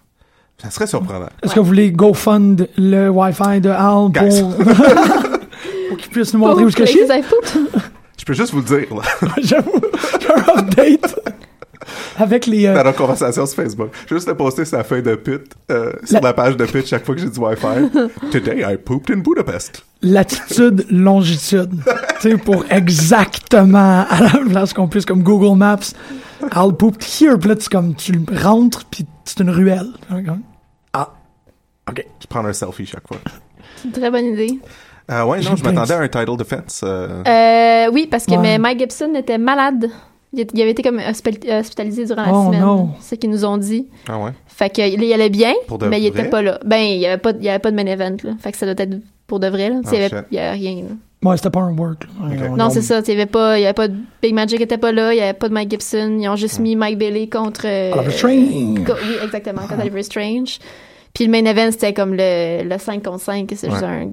Ça serait surprenant. Est-ce que vous voulez GoFund le Wi-Fi de Al Guys. pour, pour qu'il puisse nous montrer Oh, où ce que je suis? Places I've pooped. Je peux juste vous le dire, là, J'avoue, j'ai un update avec les... euh, dans la conversation sur Facebook. Je vais juste le poster sur la feuille de pute, euh, sur la page de pute chaque fois que j'ai du Wi-Fi. Today I pooped in Budapest. latitude, longitude. tu sais, pour exactement à la place qu'on puisse, comme Google Maps, I'll poop here. Puis là, tu, comme, tu rentres, puis c'est une ruelle. Ah, OK. Je prends un selfie chaque fois. Très bonne idée. Ah ouais, non, J'ai je plein de- m'attendais à un title defense. euh, Euh, oui, parce que Ouais. mais Mike Gibson était malade. Il est- il avait été comme hospel- euh, hospitalisé durant la Oh, semaine. non. C'est ce qu'ils nous ont dit. Ah ouais. Fait que il il allait bien, Pour de mais il vrai? était pas là. Ben, il y avait pas, de- il y avait pas de main event, là. Fait que ça doit être pour de vrai, là. Tu sais, Ah, il y avait- shit. il y avait rien, là. Moi, c'était pas un work. Ok. Non, c'est ça. tu sais, Il y avait pas, il y avait pas de Big Magic était pas là, il y avait pas de Mike Gibson. Ils ont juste mis Mike Bailey contre. euh, Oliver Strange. Ah. co- oui, exactement, contre Oliver Strange. Puis le main event, c'était comme le, le 5 contre 5. C'est juste Ouais. un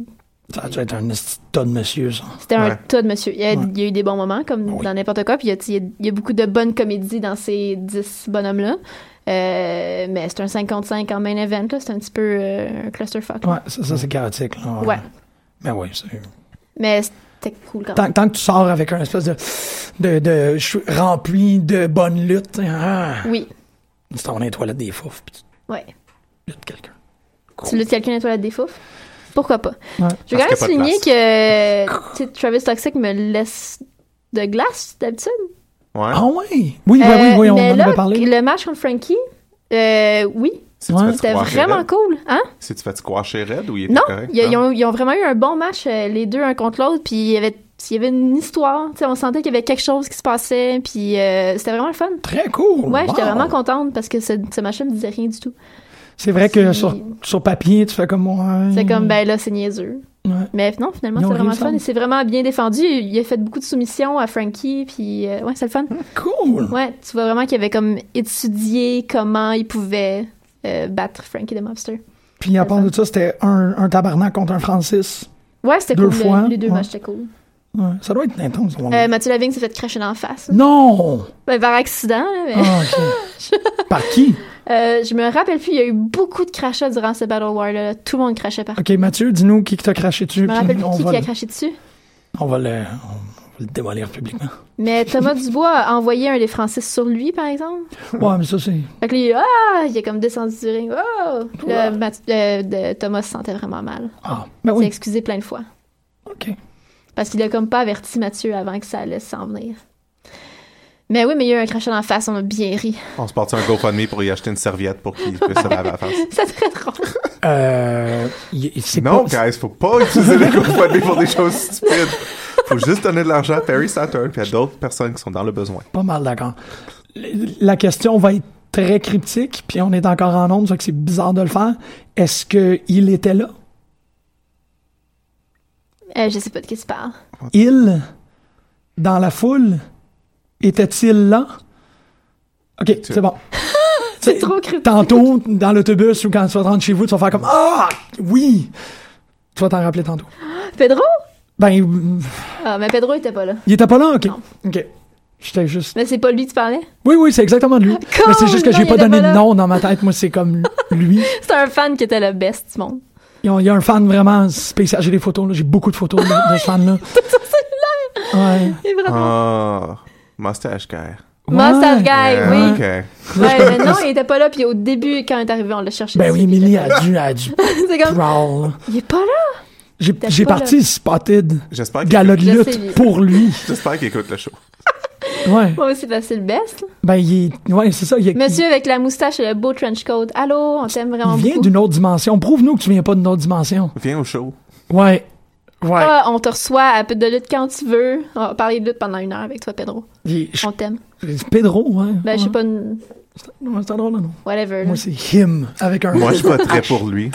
Ça a dû être un esti de tas de monsieur, ça. C'était un Ouais. tas de monsieur. Il y, a, Ouais. il y a eu des bons moments, comme Oui. dans n'importe quoi. Puis il y, a, il y a- il y a beaucoup de bonnes comédies dans ces 10 bonhommes-là. Euh, mais c'est un 55 en main event. là. C'est un petit peu euh, un clusterfuck. là. Ouais, ça, ça, c'est chaotique. là. Ouais. Mais oui, c'est... Mais c'était cool quand même. Tant, tant que tu sors avec un espèce de... de, de je suis rempli de bonnes luttes. Ah, Oui, tu t'en vas dans les toilettes des fouf, puis ouais. tu luttes quelqu'un. Tu luttes quelqu'un à la toilette des fous? Pourquoi pas? Ouais. Je veux quand même Parce qu'il y a pas de souligner que tu sais, Travis Toxic me laisse de glace d'habitude. Ouais. Ah oui! Oui, ben Euh, oui, oui, on mais en là, avait parlé. Le match contre Frankie, euh, oui, Si Ouais. tu fais c'était squasher vraiment Red- cool. Hein? Si tu fais squasher Red ou il était Non, correct? il y a- hein? ils, ont, ils ont vraiment eu un bon match, euh, les deux, un contre l'autre, puis il y avait, il y avait une histoire. tu sais, on sentait qu'il y avait quelque chose qui se passait, puis euh, c'était vraiment le fun. Très cool! Ouais, j'étais Wow. vraiment contente parce que ce, ce match-là me disait rien du tout. C'est vrai que Si- sur, sur papier, tu fais comme... ouais. C'est comme, ben là, c'est niaiseux. Hmm. Ouais. Mais non, finalement, Ils c'est ont vraiment le réussi. fun. Et c'est vraiment bien défendu. Il a fait beaucoup de soumissions à Frankie, puis euh, ouais, c'est le fun. Hmm. Cool! Ouais, tu vois vraiment qu'il avait comme étudié comment il pouvait euh, battre Frankie the Mobster. Puis à part de ça, c'était un, un tabarnak contre un Francis. Ouais, c'était Deux cool. le- fois, les deux ouais. matchs, c'était cool. Ouais, ça doit être intense. on- Euh, Mathieu Lavigne s'est fait cracher dans la face. Non! Ben, par accident, là, mais... Ah, ok. Par qui? Euh, je me rappelle plus, il y a eu beaucoup de crachats durant ce Battle War. Là. Tout le monde crachait partout. Ok, Mathieu, dis-nous qui que t'a craché dessus. Je me rappelle puis plus on, qui, va qui a le, craché dessus. on va le. on va le démolir publiquement. Mais Thomas Dubois a envoyé un des Francis sur lui, par exemple. Ouais, mais ça, c'est. Fait que lui, ah, il est comme descendu du ring. Oh! Puis là, Math- euh, de- Thomas se sentait vraiment mal. Ah, ben Il s'est oui. excusé plein de fois. Ok. Parce qu'il a comme pas averti Mathieu avant que ça allait s'en venir. Mais oui, mais il y a eu un crachat dans la face, on a bien ri. On se porte sur un GoFundMe pour y acheter une serviette pour qu'il puisse se laver la face. C'est très drôle. Euh. il- il- c'est Non, pas- guys, faut pas utiliser les GoFundMe pour des choses stupides. Faut juste donner de l'argent à Perry Saturn puis à d'autres personnes qui sont dans le besoin. Pas mal d'accord. Le- La question va être très cryptique, puis on est encore en nombre, ça fait que c'est bizarre de le faire. Est-ce qu'il était là? Euh, je sais pas de qui tu parles. Il, dans la foule, était-il là? Ok, c'est bon. C'est trop cryptique. Tantôt, dans l'autobus ou quand tu vas te rendre chez vous, tu vas faire comme Ah! Oui! Tu vas t'en rappeler tantôt. Pedro? Ben, Ah, mais Pedro était pas là. il était pas là? Ok. Non. Ok. J'étais juste. Mais c'est pas lui que tu parlais? Oui, oui, c'est exactement lui. Mais c'est juste que non, j'ai il pas était donné pas de là. nom dans ma tête. Moi, c'est comme lui. C'est un fan qui était le best du monde. Ils ont- Il y a un fan vraiment spécial. J'ai des photos, là. J'ai beaucoup de photos de, de ce fan-là. Ouais. Il est Ah, vraiment. mustache guy. Monster Ah, Ouais. Guy, oui. Euh, Ok. Ouais, mais non, il était pas là, puis au début, quand il est arrivé, on l'a cherché. Ben oui, C'est- Emily a dû, a dû C'est comme. prowl. Il est pas là! J'ai T'as j'ai pas parti Spotted J'espère qu'il gala de Je lutte sais, lui. pour lui. j'espère qu'il écoute le show. Ouais. Moi aussi, ben, c'est le best. là. Ben, il est- Ouais, c'est ça. Il, il- Monsieur avec la moustache et le beau trench coat. Allô, on t'aime vraiment il vient beaucoup. d'une autre dimension. Prouve-nous que tu viens pas d'une autre dimension. Viens au show. Ouais. Ouais. Ah, on te reçoit à peu de lutte quand tu veux. On va parler de lutte pendant une heure avec toi, Pedro. Il- je- On t'aime. c'est Pedro, ouais. Ben, je sais pas, une- Ouais, c'est un drôle, non? whatever. là. Moi, c'est him avec un. Moi, je voterais pour lui.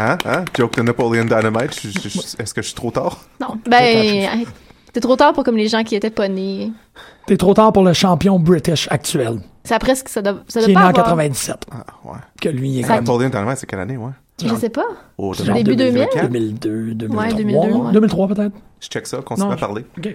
Hein? Hein? Joke de Napoleon Dynamite? je- je- je- Est-ce que je suis trop tard? Non. Ben, hey, t'es trop tard pour comme les gens qui étaient pas nés. T'es trop tard pour le champion british actuel, C'est après ce que ça doit, ça doit qui est né pas en avoir- 97. Ah, ouais. Que lui, il est Ça- comme Napoleon Dynamite, c'est quelle année, ouais? Je sais pas. Oh, Genre demain. Début 2000? 2002, 2003. Ouais, 2002, ouais. 2003 peut-être. Je check ça, continue Non, à parler. OK.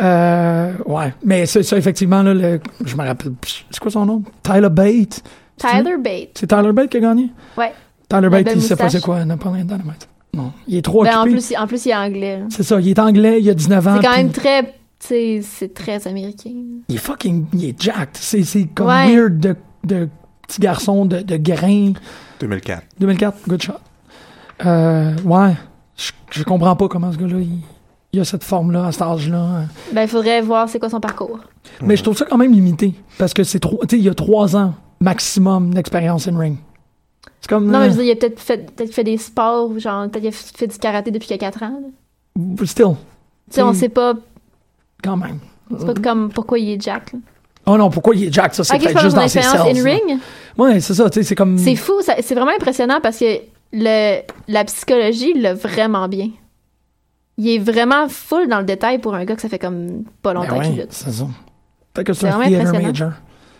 Euh, ouais. Mais ça, ça, effectivement, là, le- je me rappelle. C'est quoi son nom? Tyler Bate. Tyler Bate. C'est Tyler Bate qui a gagné? Ouais. Tyler La Bate, belle il sait pas moustache. c'est quoi, Napoleon Dynamite. Non. Il est trop Ben, en occupé. plus, il- en plus, il est anglais. là. C'est ça, il est anglais, il a 19 ans. C'est quand puis même très. Tu sais, c'est très américain. Il est fucking. Il est jacked. C'est c'est comme Ouais. weird de, de petit garçon de, de grain. 2004. 2004, good shot. Euh, ouais. Je, je comprends pas comment ce gars-là, il, il a cette forme-là, à cet âge-là. hein. Ben, il faudrait voir c'est quoi son parcours. Mais je Mhm. trouve ça quand même limité. Parce que c'est trop. Tu sais, il y a trois ans maximum d'expérience in ring. C'est comme. Non, mais je veux euh, dire, il a peut-être fait, peut fait des sports, ou genre, peut-être qu'il a fait du karaté depuis qu'il a 4 ans. là. euh, Still, Tu sais, on Mm. sait pas, quand même. c'est pas comme pourquoi il est Jack. là. Oh non, pourquoi il est Jack? Ça, Mm. c'est Ah, Ok, je peut-être parle de juste son dans ses cells. expérience là. Mm. in-ring. Ouais, c'est ça, tu sais, c'est comme. C'est fou, ça- c'est vraiment impressionnant parce que le, la psychologie il l'a vraiment bien. Il est vraiment full dans le détail pour un gars que ça fait comme pas Ben longtemps qu'il ouais, lutte. c'est ça. Peut-être que c'est un vraiment theater impressionnant. major.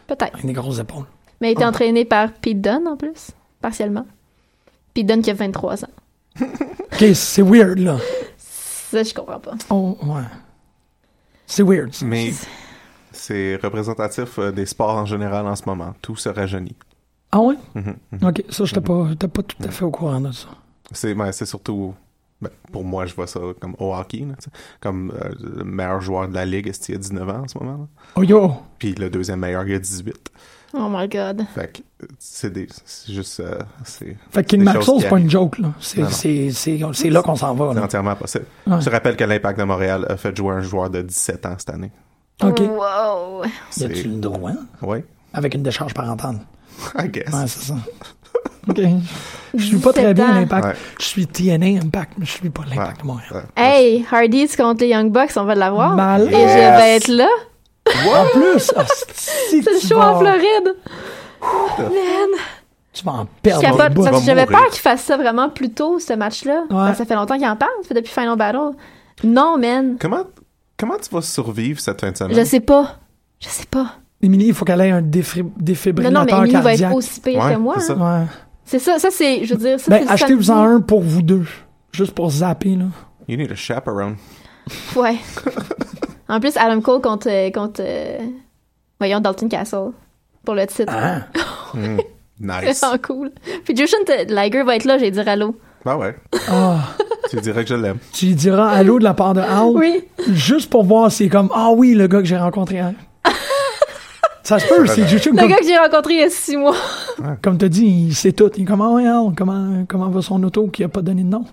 Peut-être. Avec des grosses épaules. Mais il a Ah. été entraîné par Pete Dunne en plus, partiellement. Pete Dunne qui a 23 ans. Ok, c'est weird, là. Ça, je comprends pas. Oh, ouais. C'est weird. ça. Mais c'est représentatif euh, des sports en général en ce moment. Tout se rajeunit. Ah ouais? Mhm, mhm. Ok, ça, j'étais pas, j'étais pas tout à fait au courant de ça. C'est ben, c'est surtout. ben, pour moi, je vois ça comme au hockey. là, tu sais. comme euh, le meilleur joueur de la ligue, est-ce qu'il a 19 ans en ce moment? là? Oh yo! Puis le deuxième meilleur, il a 18. Oh my god. Fait que euh, c'est des. C'est juste. euh, c'est Fait que King Des choses Maxwell, c'est qui pas une joke, là. C'est- Non, non. C'est c'est- c'est là qu'on s'en va, c'est là. entièrement possible. Ouais. Je te rappelle que l'Impact de Montréal a fait jouer un joueur de 17 ans cette année. Ok. Mm. Wow. Y a-tu C'est- le droit? Oui, Avec une décharge parentale. I guess. Ouais, c'est ça. Ok. Je suis pas très 17 bien ans. l'impact. Ouais. Je suis TNA Impact, mais je suis pas l'impact Ah. Ouais. de Montréal. Hey, Hardy's contre les Young Bucks, on va l'avoir. Mal. Et je vais être là. En plus, ah, si C'est le tu show vas- en Floride. tu vas en perdre. Je au capote, bout. parce que j'avais mourir. peur qu'il fasse ça vraiment plus tôt, ce match-là. Parce que Ça fait longtemps qu'il en parle, ça fait depuis Final Battle. Non, man. Comment, comment tu vas survivre cette fin de semaine? Je sais pas. Je sais pas. Émilie, il faut qu'elle ait un défri- Non, non, défibrillateur mais Emily va cardiaque. être aussi pire Ouais, que moi. c'est ça. Ouais. C'est ça, ça c'est, je veux dire, ça Ben, c'est le achetez-vous-en samedi. un pour vous deux. Juste pour zapper, là. You need a chaperone. Ouais. en plus, Adam Cole contre, euh, contre euh, voyons, Dalton Castle pour le titre. Hein? C'est Nice. vraiment Ah, cool. Puis Jushin T- Liger va être là, j'ai dit allô. bah ouais. Ah, Tu dirais que je l'aime. tu lui diras allô de la part de Al. Oui. Juste pour voir si c'est comme Ah oui, le gars que j'ai rencontré hier. Ça se peut, c'est YouTube. Le Comme, gars que j'ai rencontré il y a six mois. comme t'as dit, il sait tout. Il est comme Ah ouais, Al, comment, comment va son auto qui a pas donné de nom?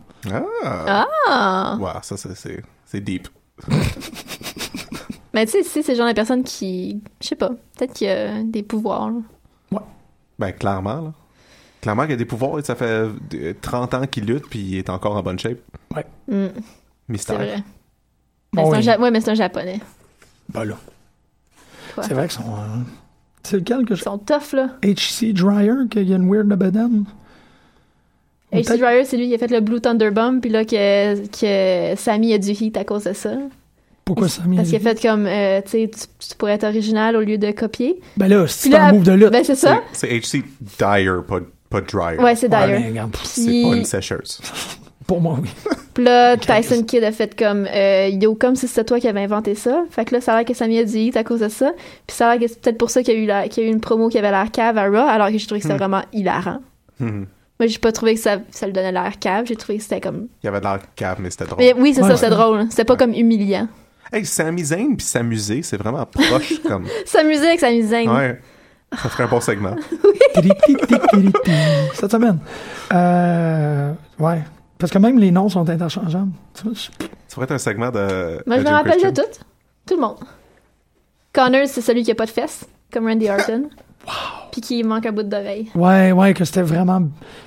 Ah. Ah! Wow, ça, c'est- c'est c'est deep. Mais tu sais, c'est c'est le genre de personne qui, je sais pas, peut-être qu'il y a des pouvoirs. là. Ben, clairement, là. Clairement qu'il a des pouvoirs et ça fait euh, 30 ans qu'il lutte puis il est encore en bonne shape. Ouais. Mm, c'est Mystère. vrai. Mais Bon, c'est un oui. Ja- ouais, mais c'est un japonais. Ben là. Quoi? C'est vrai que son. euh, C'est lequel que Ils je. sont tough, là. HC Dryer, qu'il y a une weird de bedaine? Ou H.C. peut-être- Dryer, c'est lui qui a fait le Blue Thunder Bomb, puis là, que, que Sammy a du hit à cause de ça. Pourquoi ça a mis Parce qu'il a fait comme, euh, tu sais, tu tu pourrais être original au lieu de copier. Ben là, c'est Puis là, un move de lutte. Ben, c'est ça. C'est HC Dyer, pas, pas Dryer. Ouais, c'est Ouais, d'ailleurs. mais regarde, pff, C'est pas Puis- une sécheuse. pour moi, oui. Puis là, Tyson Kidd a fait comme euh, Yo, comme si c'était toi qui avais inventé ça. Fait que là, ça a l'air que Sammy a du hit à cause de ça. Puis ça a l'air que c'est peut-être pour ça qu'il y, a eu la- qu'il y a eu une promo qui avait l'air cave à Raw, alors que j'ai trouvé que c'était vraiment hilarant. Mhm. Moi, j'ai pas trouvé que ça, ça lui donnait l'air cave. J'ai trouvé que c'était comme. Il y avait de l'air cave, mais c'était drôle. Mais oui, c'est Ouais, ça, c'était ouais. drôle. C'était pas comme humiliant. Hey, Sami Zayn puis s'amuser, c'est vraiment proche comme. Ben S'amuser avec sa musique. Ouais. Ça ferait un bon segment. Tiri-ti-ti-tiri-ti. Cette semaine. Euh, ouais. Parce que même les noms sont interchangeables. Tu vois, je- Ça pourrait être un segment de. Moi, je de me Jim rappelle Christian. de tout. Tout le monde. Connors, c'est celui qui a pas de fesses, comme Randy Orton. Puis qui manque un bout d'oreille. Ouais, ouais, que c'était vraiment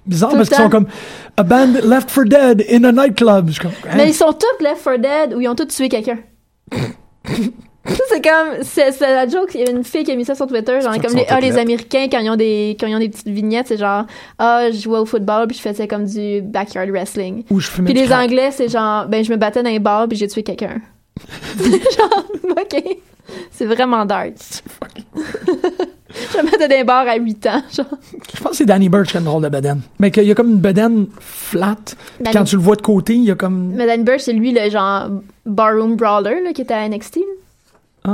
bizarre Tout parce le qu'ils sont temps. comme A band left for dead in a nightclub. Je suis comme, hein? Mais ils sont tous Left 4 Dead ou ils ont tous tué quelqu'un. Ça, c'est comme. C'est c'est la joke. Il y a une fille qui a mis ça sur Twitter. Genre, C'est comme sur les, ah, les Twitter. Américains, quand ils, ont des, quand ils ont des petites vignettes, c'est genre Ah, je jouais au football, puis je faisais comme du backyard wrestling. Où je fumais Puis du les crack. Anglais, c'est genre, ben, je me battais dans les bars puis j'ai tué quelqu'un. genre, ok. C'est vraiment dark. je me battais dans les bars à 8 ans, genre. Je pense que c'est Danny Birch qui a une drôle de bedaine. Mais qu'il y a comme une bedaine flat. Puis Danny- quand tu le vois de côté, il y a comme. Mais Danny Burch, c'est lui, le genre barroom brawler, là, qui était à NXT. là.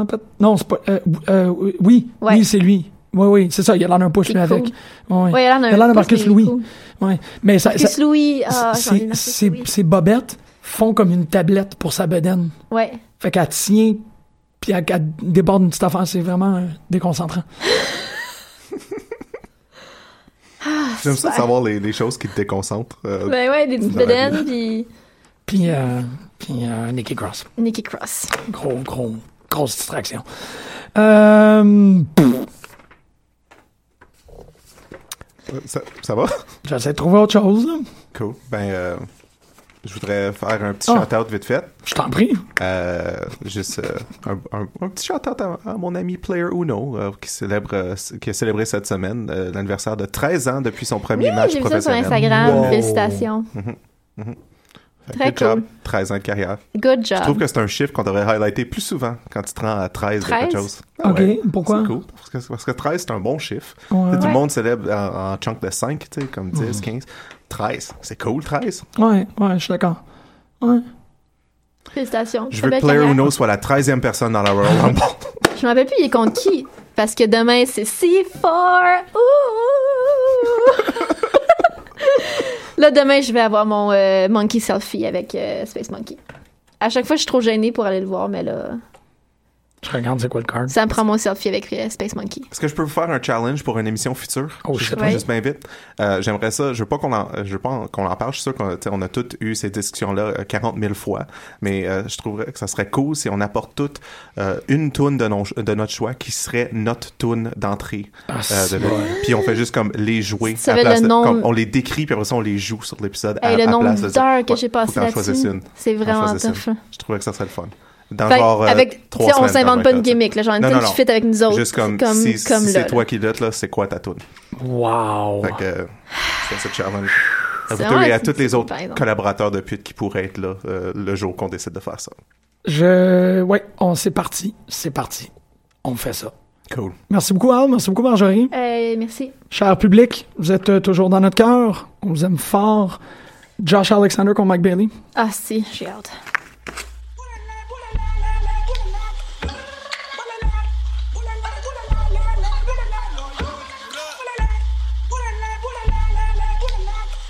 Ah, peut- Non, c'est pas. euh, euh, oui, Ouais. oui, c'est lui. Oui, oui, c'est ça. Il a l'air d'un push, Il lui, est cool. avec. Ouais, Ouais, il a l'air d'un Il a l'air de push, Marcus mais il est Louis. cool. Ouais. Mais ça. Marcus ça- Louis, ah, j'en ai c'est- Marcus c'est- Louis. Ces bobettes font comme une tablette pour sa bedaine. Ouais. Fait qu'elle tient, puis elle, elle déborde une petite affaire. C'est vraiment euh, déconcentrant. J'aime ça Super. savoir les, les choses qui te déconcentrent. euh, Ben ouais, des petites Dans la bedaines, puis Puis, euh, puis euh, Nikki Cross. Nikki Cross. Gros, gros, grosse distraction. Euh, ça, ça va? J'essaie de trouver autre chose. là. Cool. Ben, euh, je voudrais faire un Oh. petit Ah. shout-out vite fait. Je t'en prie. Euh, juste euh, un, un- un petit shout-out à, à mon ami Player Uno euh, qui, célèbre, euh, qui a célébré cette semaine euh, l'anniversaire de 13 ans depuis son Oui, premier match j'ai vu ça sur professionnel. Instagram. Wow. Félicitations. Fait que Très good job, cool. 13 ans de carrière. Good Je trouve job. que c'est un chiffre qu'on devrait highlighter plus souvent quand tu te rends à 13 de 13? quelque chose. Ah Ok, pourquoi? C'est cool, parce que, parce que 13, c'est un bon chiffre. Ouais. Tu sais, Tout Ouais. le monde célèbre en, en chunk de 5, tu sais, comme 10, 15. 13, c'est cool, 13. Ouais, ouais, je suis d'accord. Ouais. Félicitations. Je Très veux que belle Player carrière. Uno soit la 13e personne dans la Royal Rumble. Je me rappelle plus, il est contre qui? Parce que demain, c'est C4. Ouh! Là, demain, je vais avoir mon euh, Monkey Selfie avec euh, Space Monkey. À chaque fois, je suis trop gênée pour aller le voir, mais là, Je regarde c'est quoi le card. ça me prend mon selfie avec euh, Space Monkey. Est-ce que je peux vous faire un challenge pour une émission future? Oh, je shit. pas, Ouais. juste bien vite. Euh, J'aimerais ça. Je veux pas qu'on en, je veux pas en- qu'on en parle. Je suis sûr qu'on tu sais, on a toutes eu ces discussions-là euh, 40 000 fois. Mais euh, je trouverais que ça serait cool si on apporte toutes euh, une toune de, non- de notre choix qui serait notre toune d'entrée. Ah, euh, c'est de- Puis on fait juste comme les jouer. Ça à fait le place de- nom- comme on les décrit, puis après ça, on les joue sur l'épisode. à- Hey, à le nombre place de dire, d'heures que ouais, j'ai faut passé qu'on choisisse là-dessus, une. c'est Qu'on vraiment choisisse tough. une. Je trouverais que ça serait le fun. dans Fait que genre euh, avec, trois tu sais, on semaines, s'invente dans pas une 24. gimmick, là, genre une Non, tune non, non. qui fit avec nous autres. Juste comme, comme, si, si comme là, c'est là. toi qui l'as, là, c'est quoi ta toune? Wow. Fait que euh, c'est ça le challenge. À vous C'est deux vrai, et à c'est tous les difficile, autres par exemple. collaborateurs de pute qui pourraient être là euh, le jour qu'on décide de faire ça. Je. Ouais, on c'est parti. C'est parti. On fait ça. Cool. Merci beaucoup, Al. Merci beaucoup, Marjorie. Euh, merci. Cher public, vous êtes euh, toujours dans notre cœur. On vous aime fort. Josh Alexander contre Mike Bailey. Ah, si, j'ai hâte.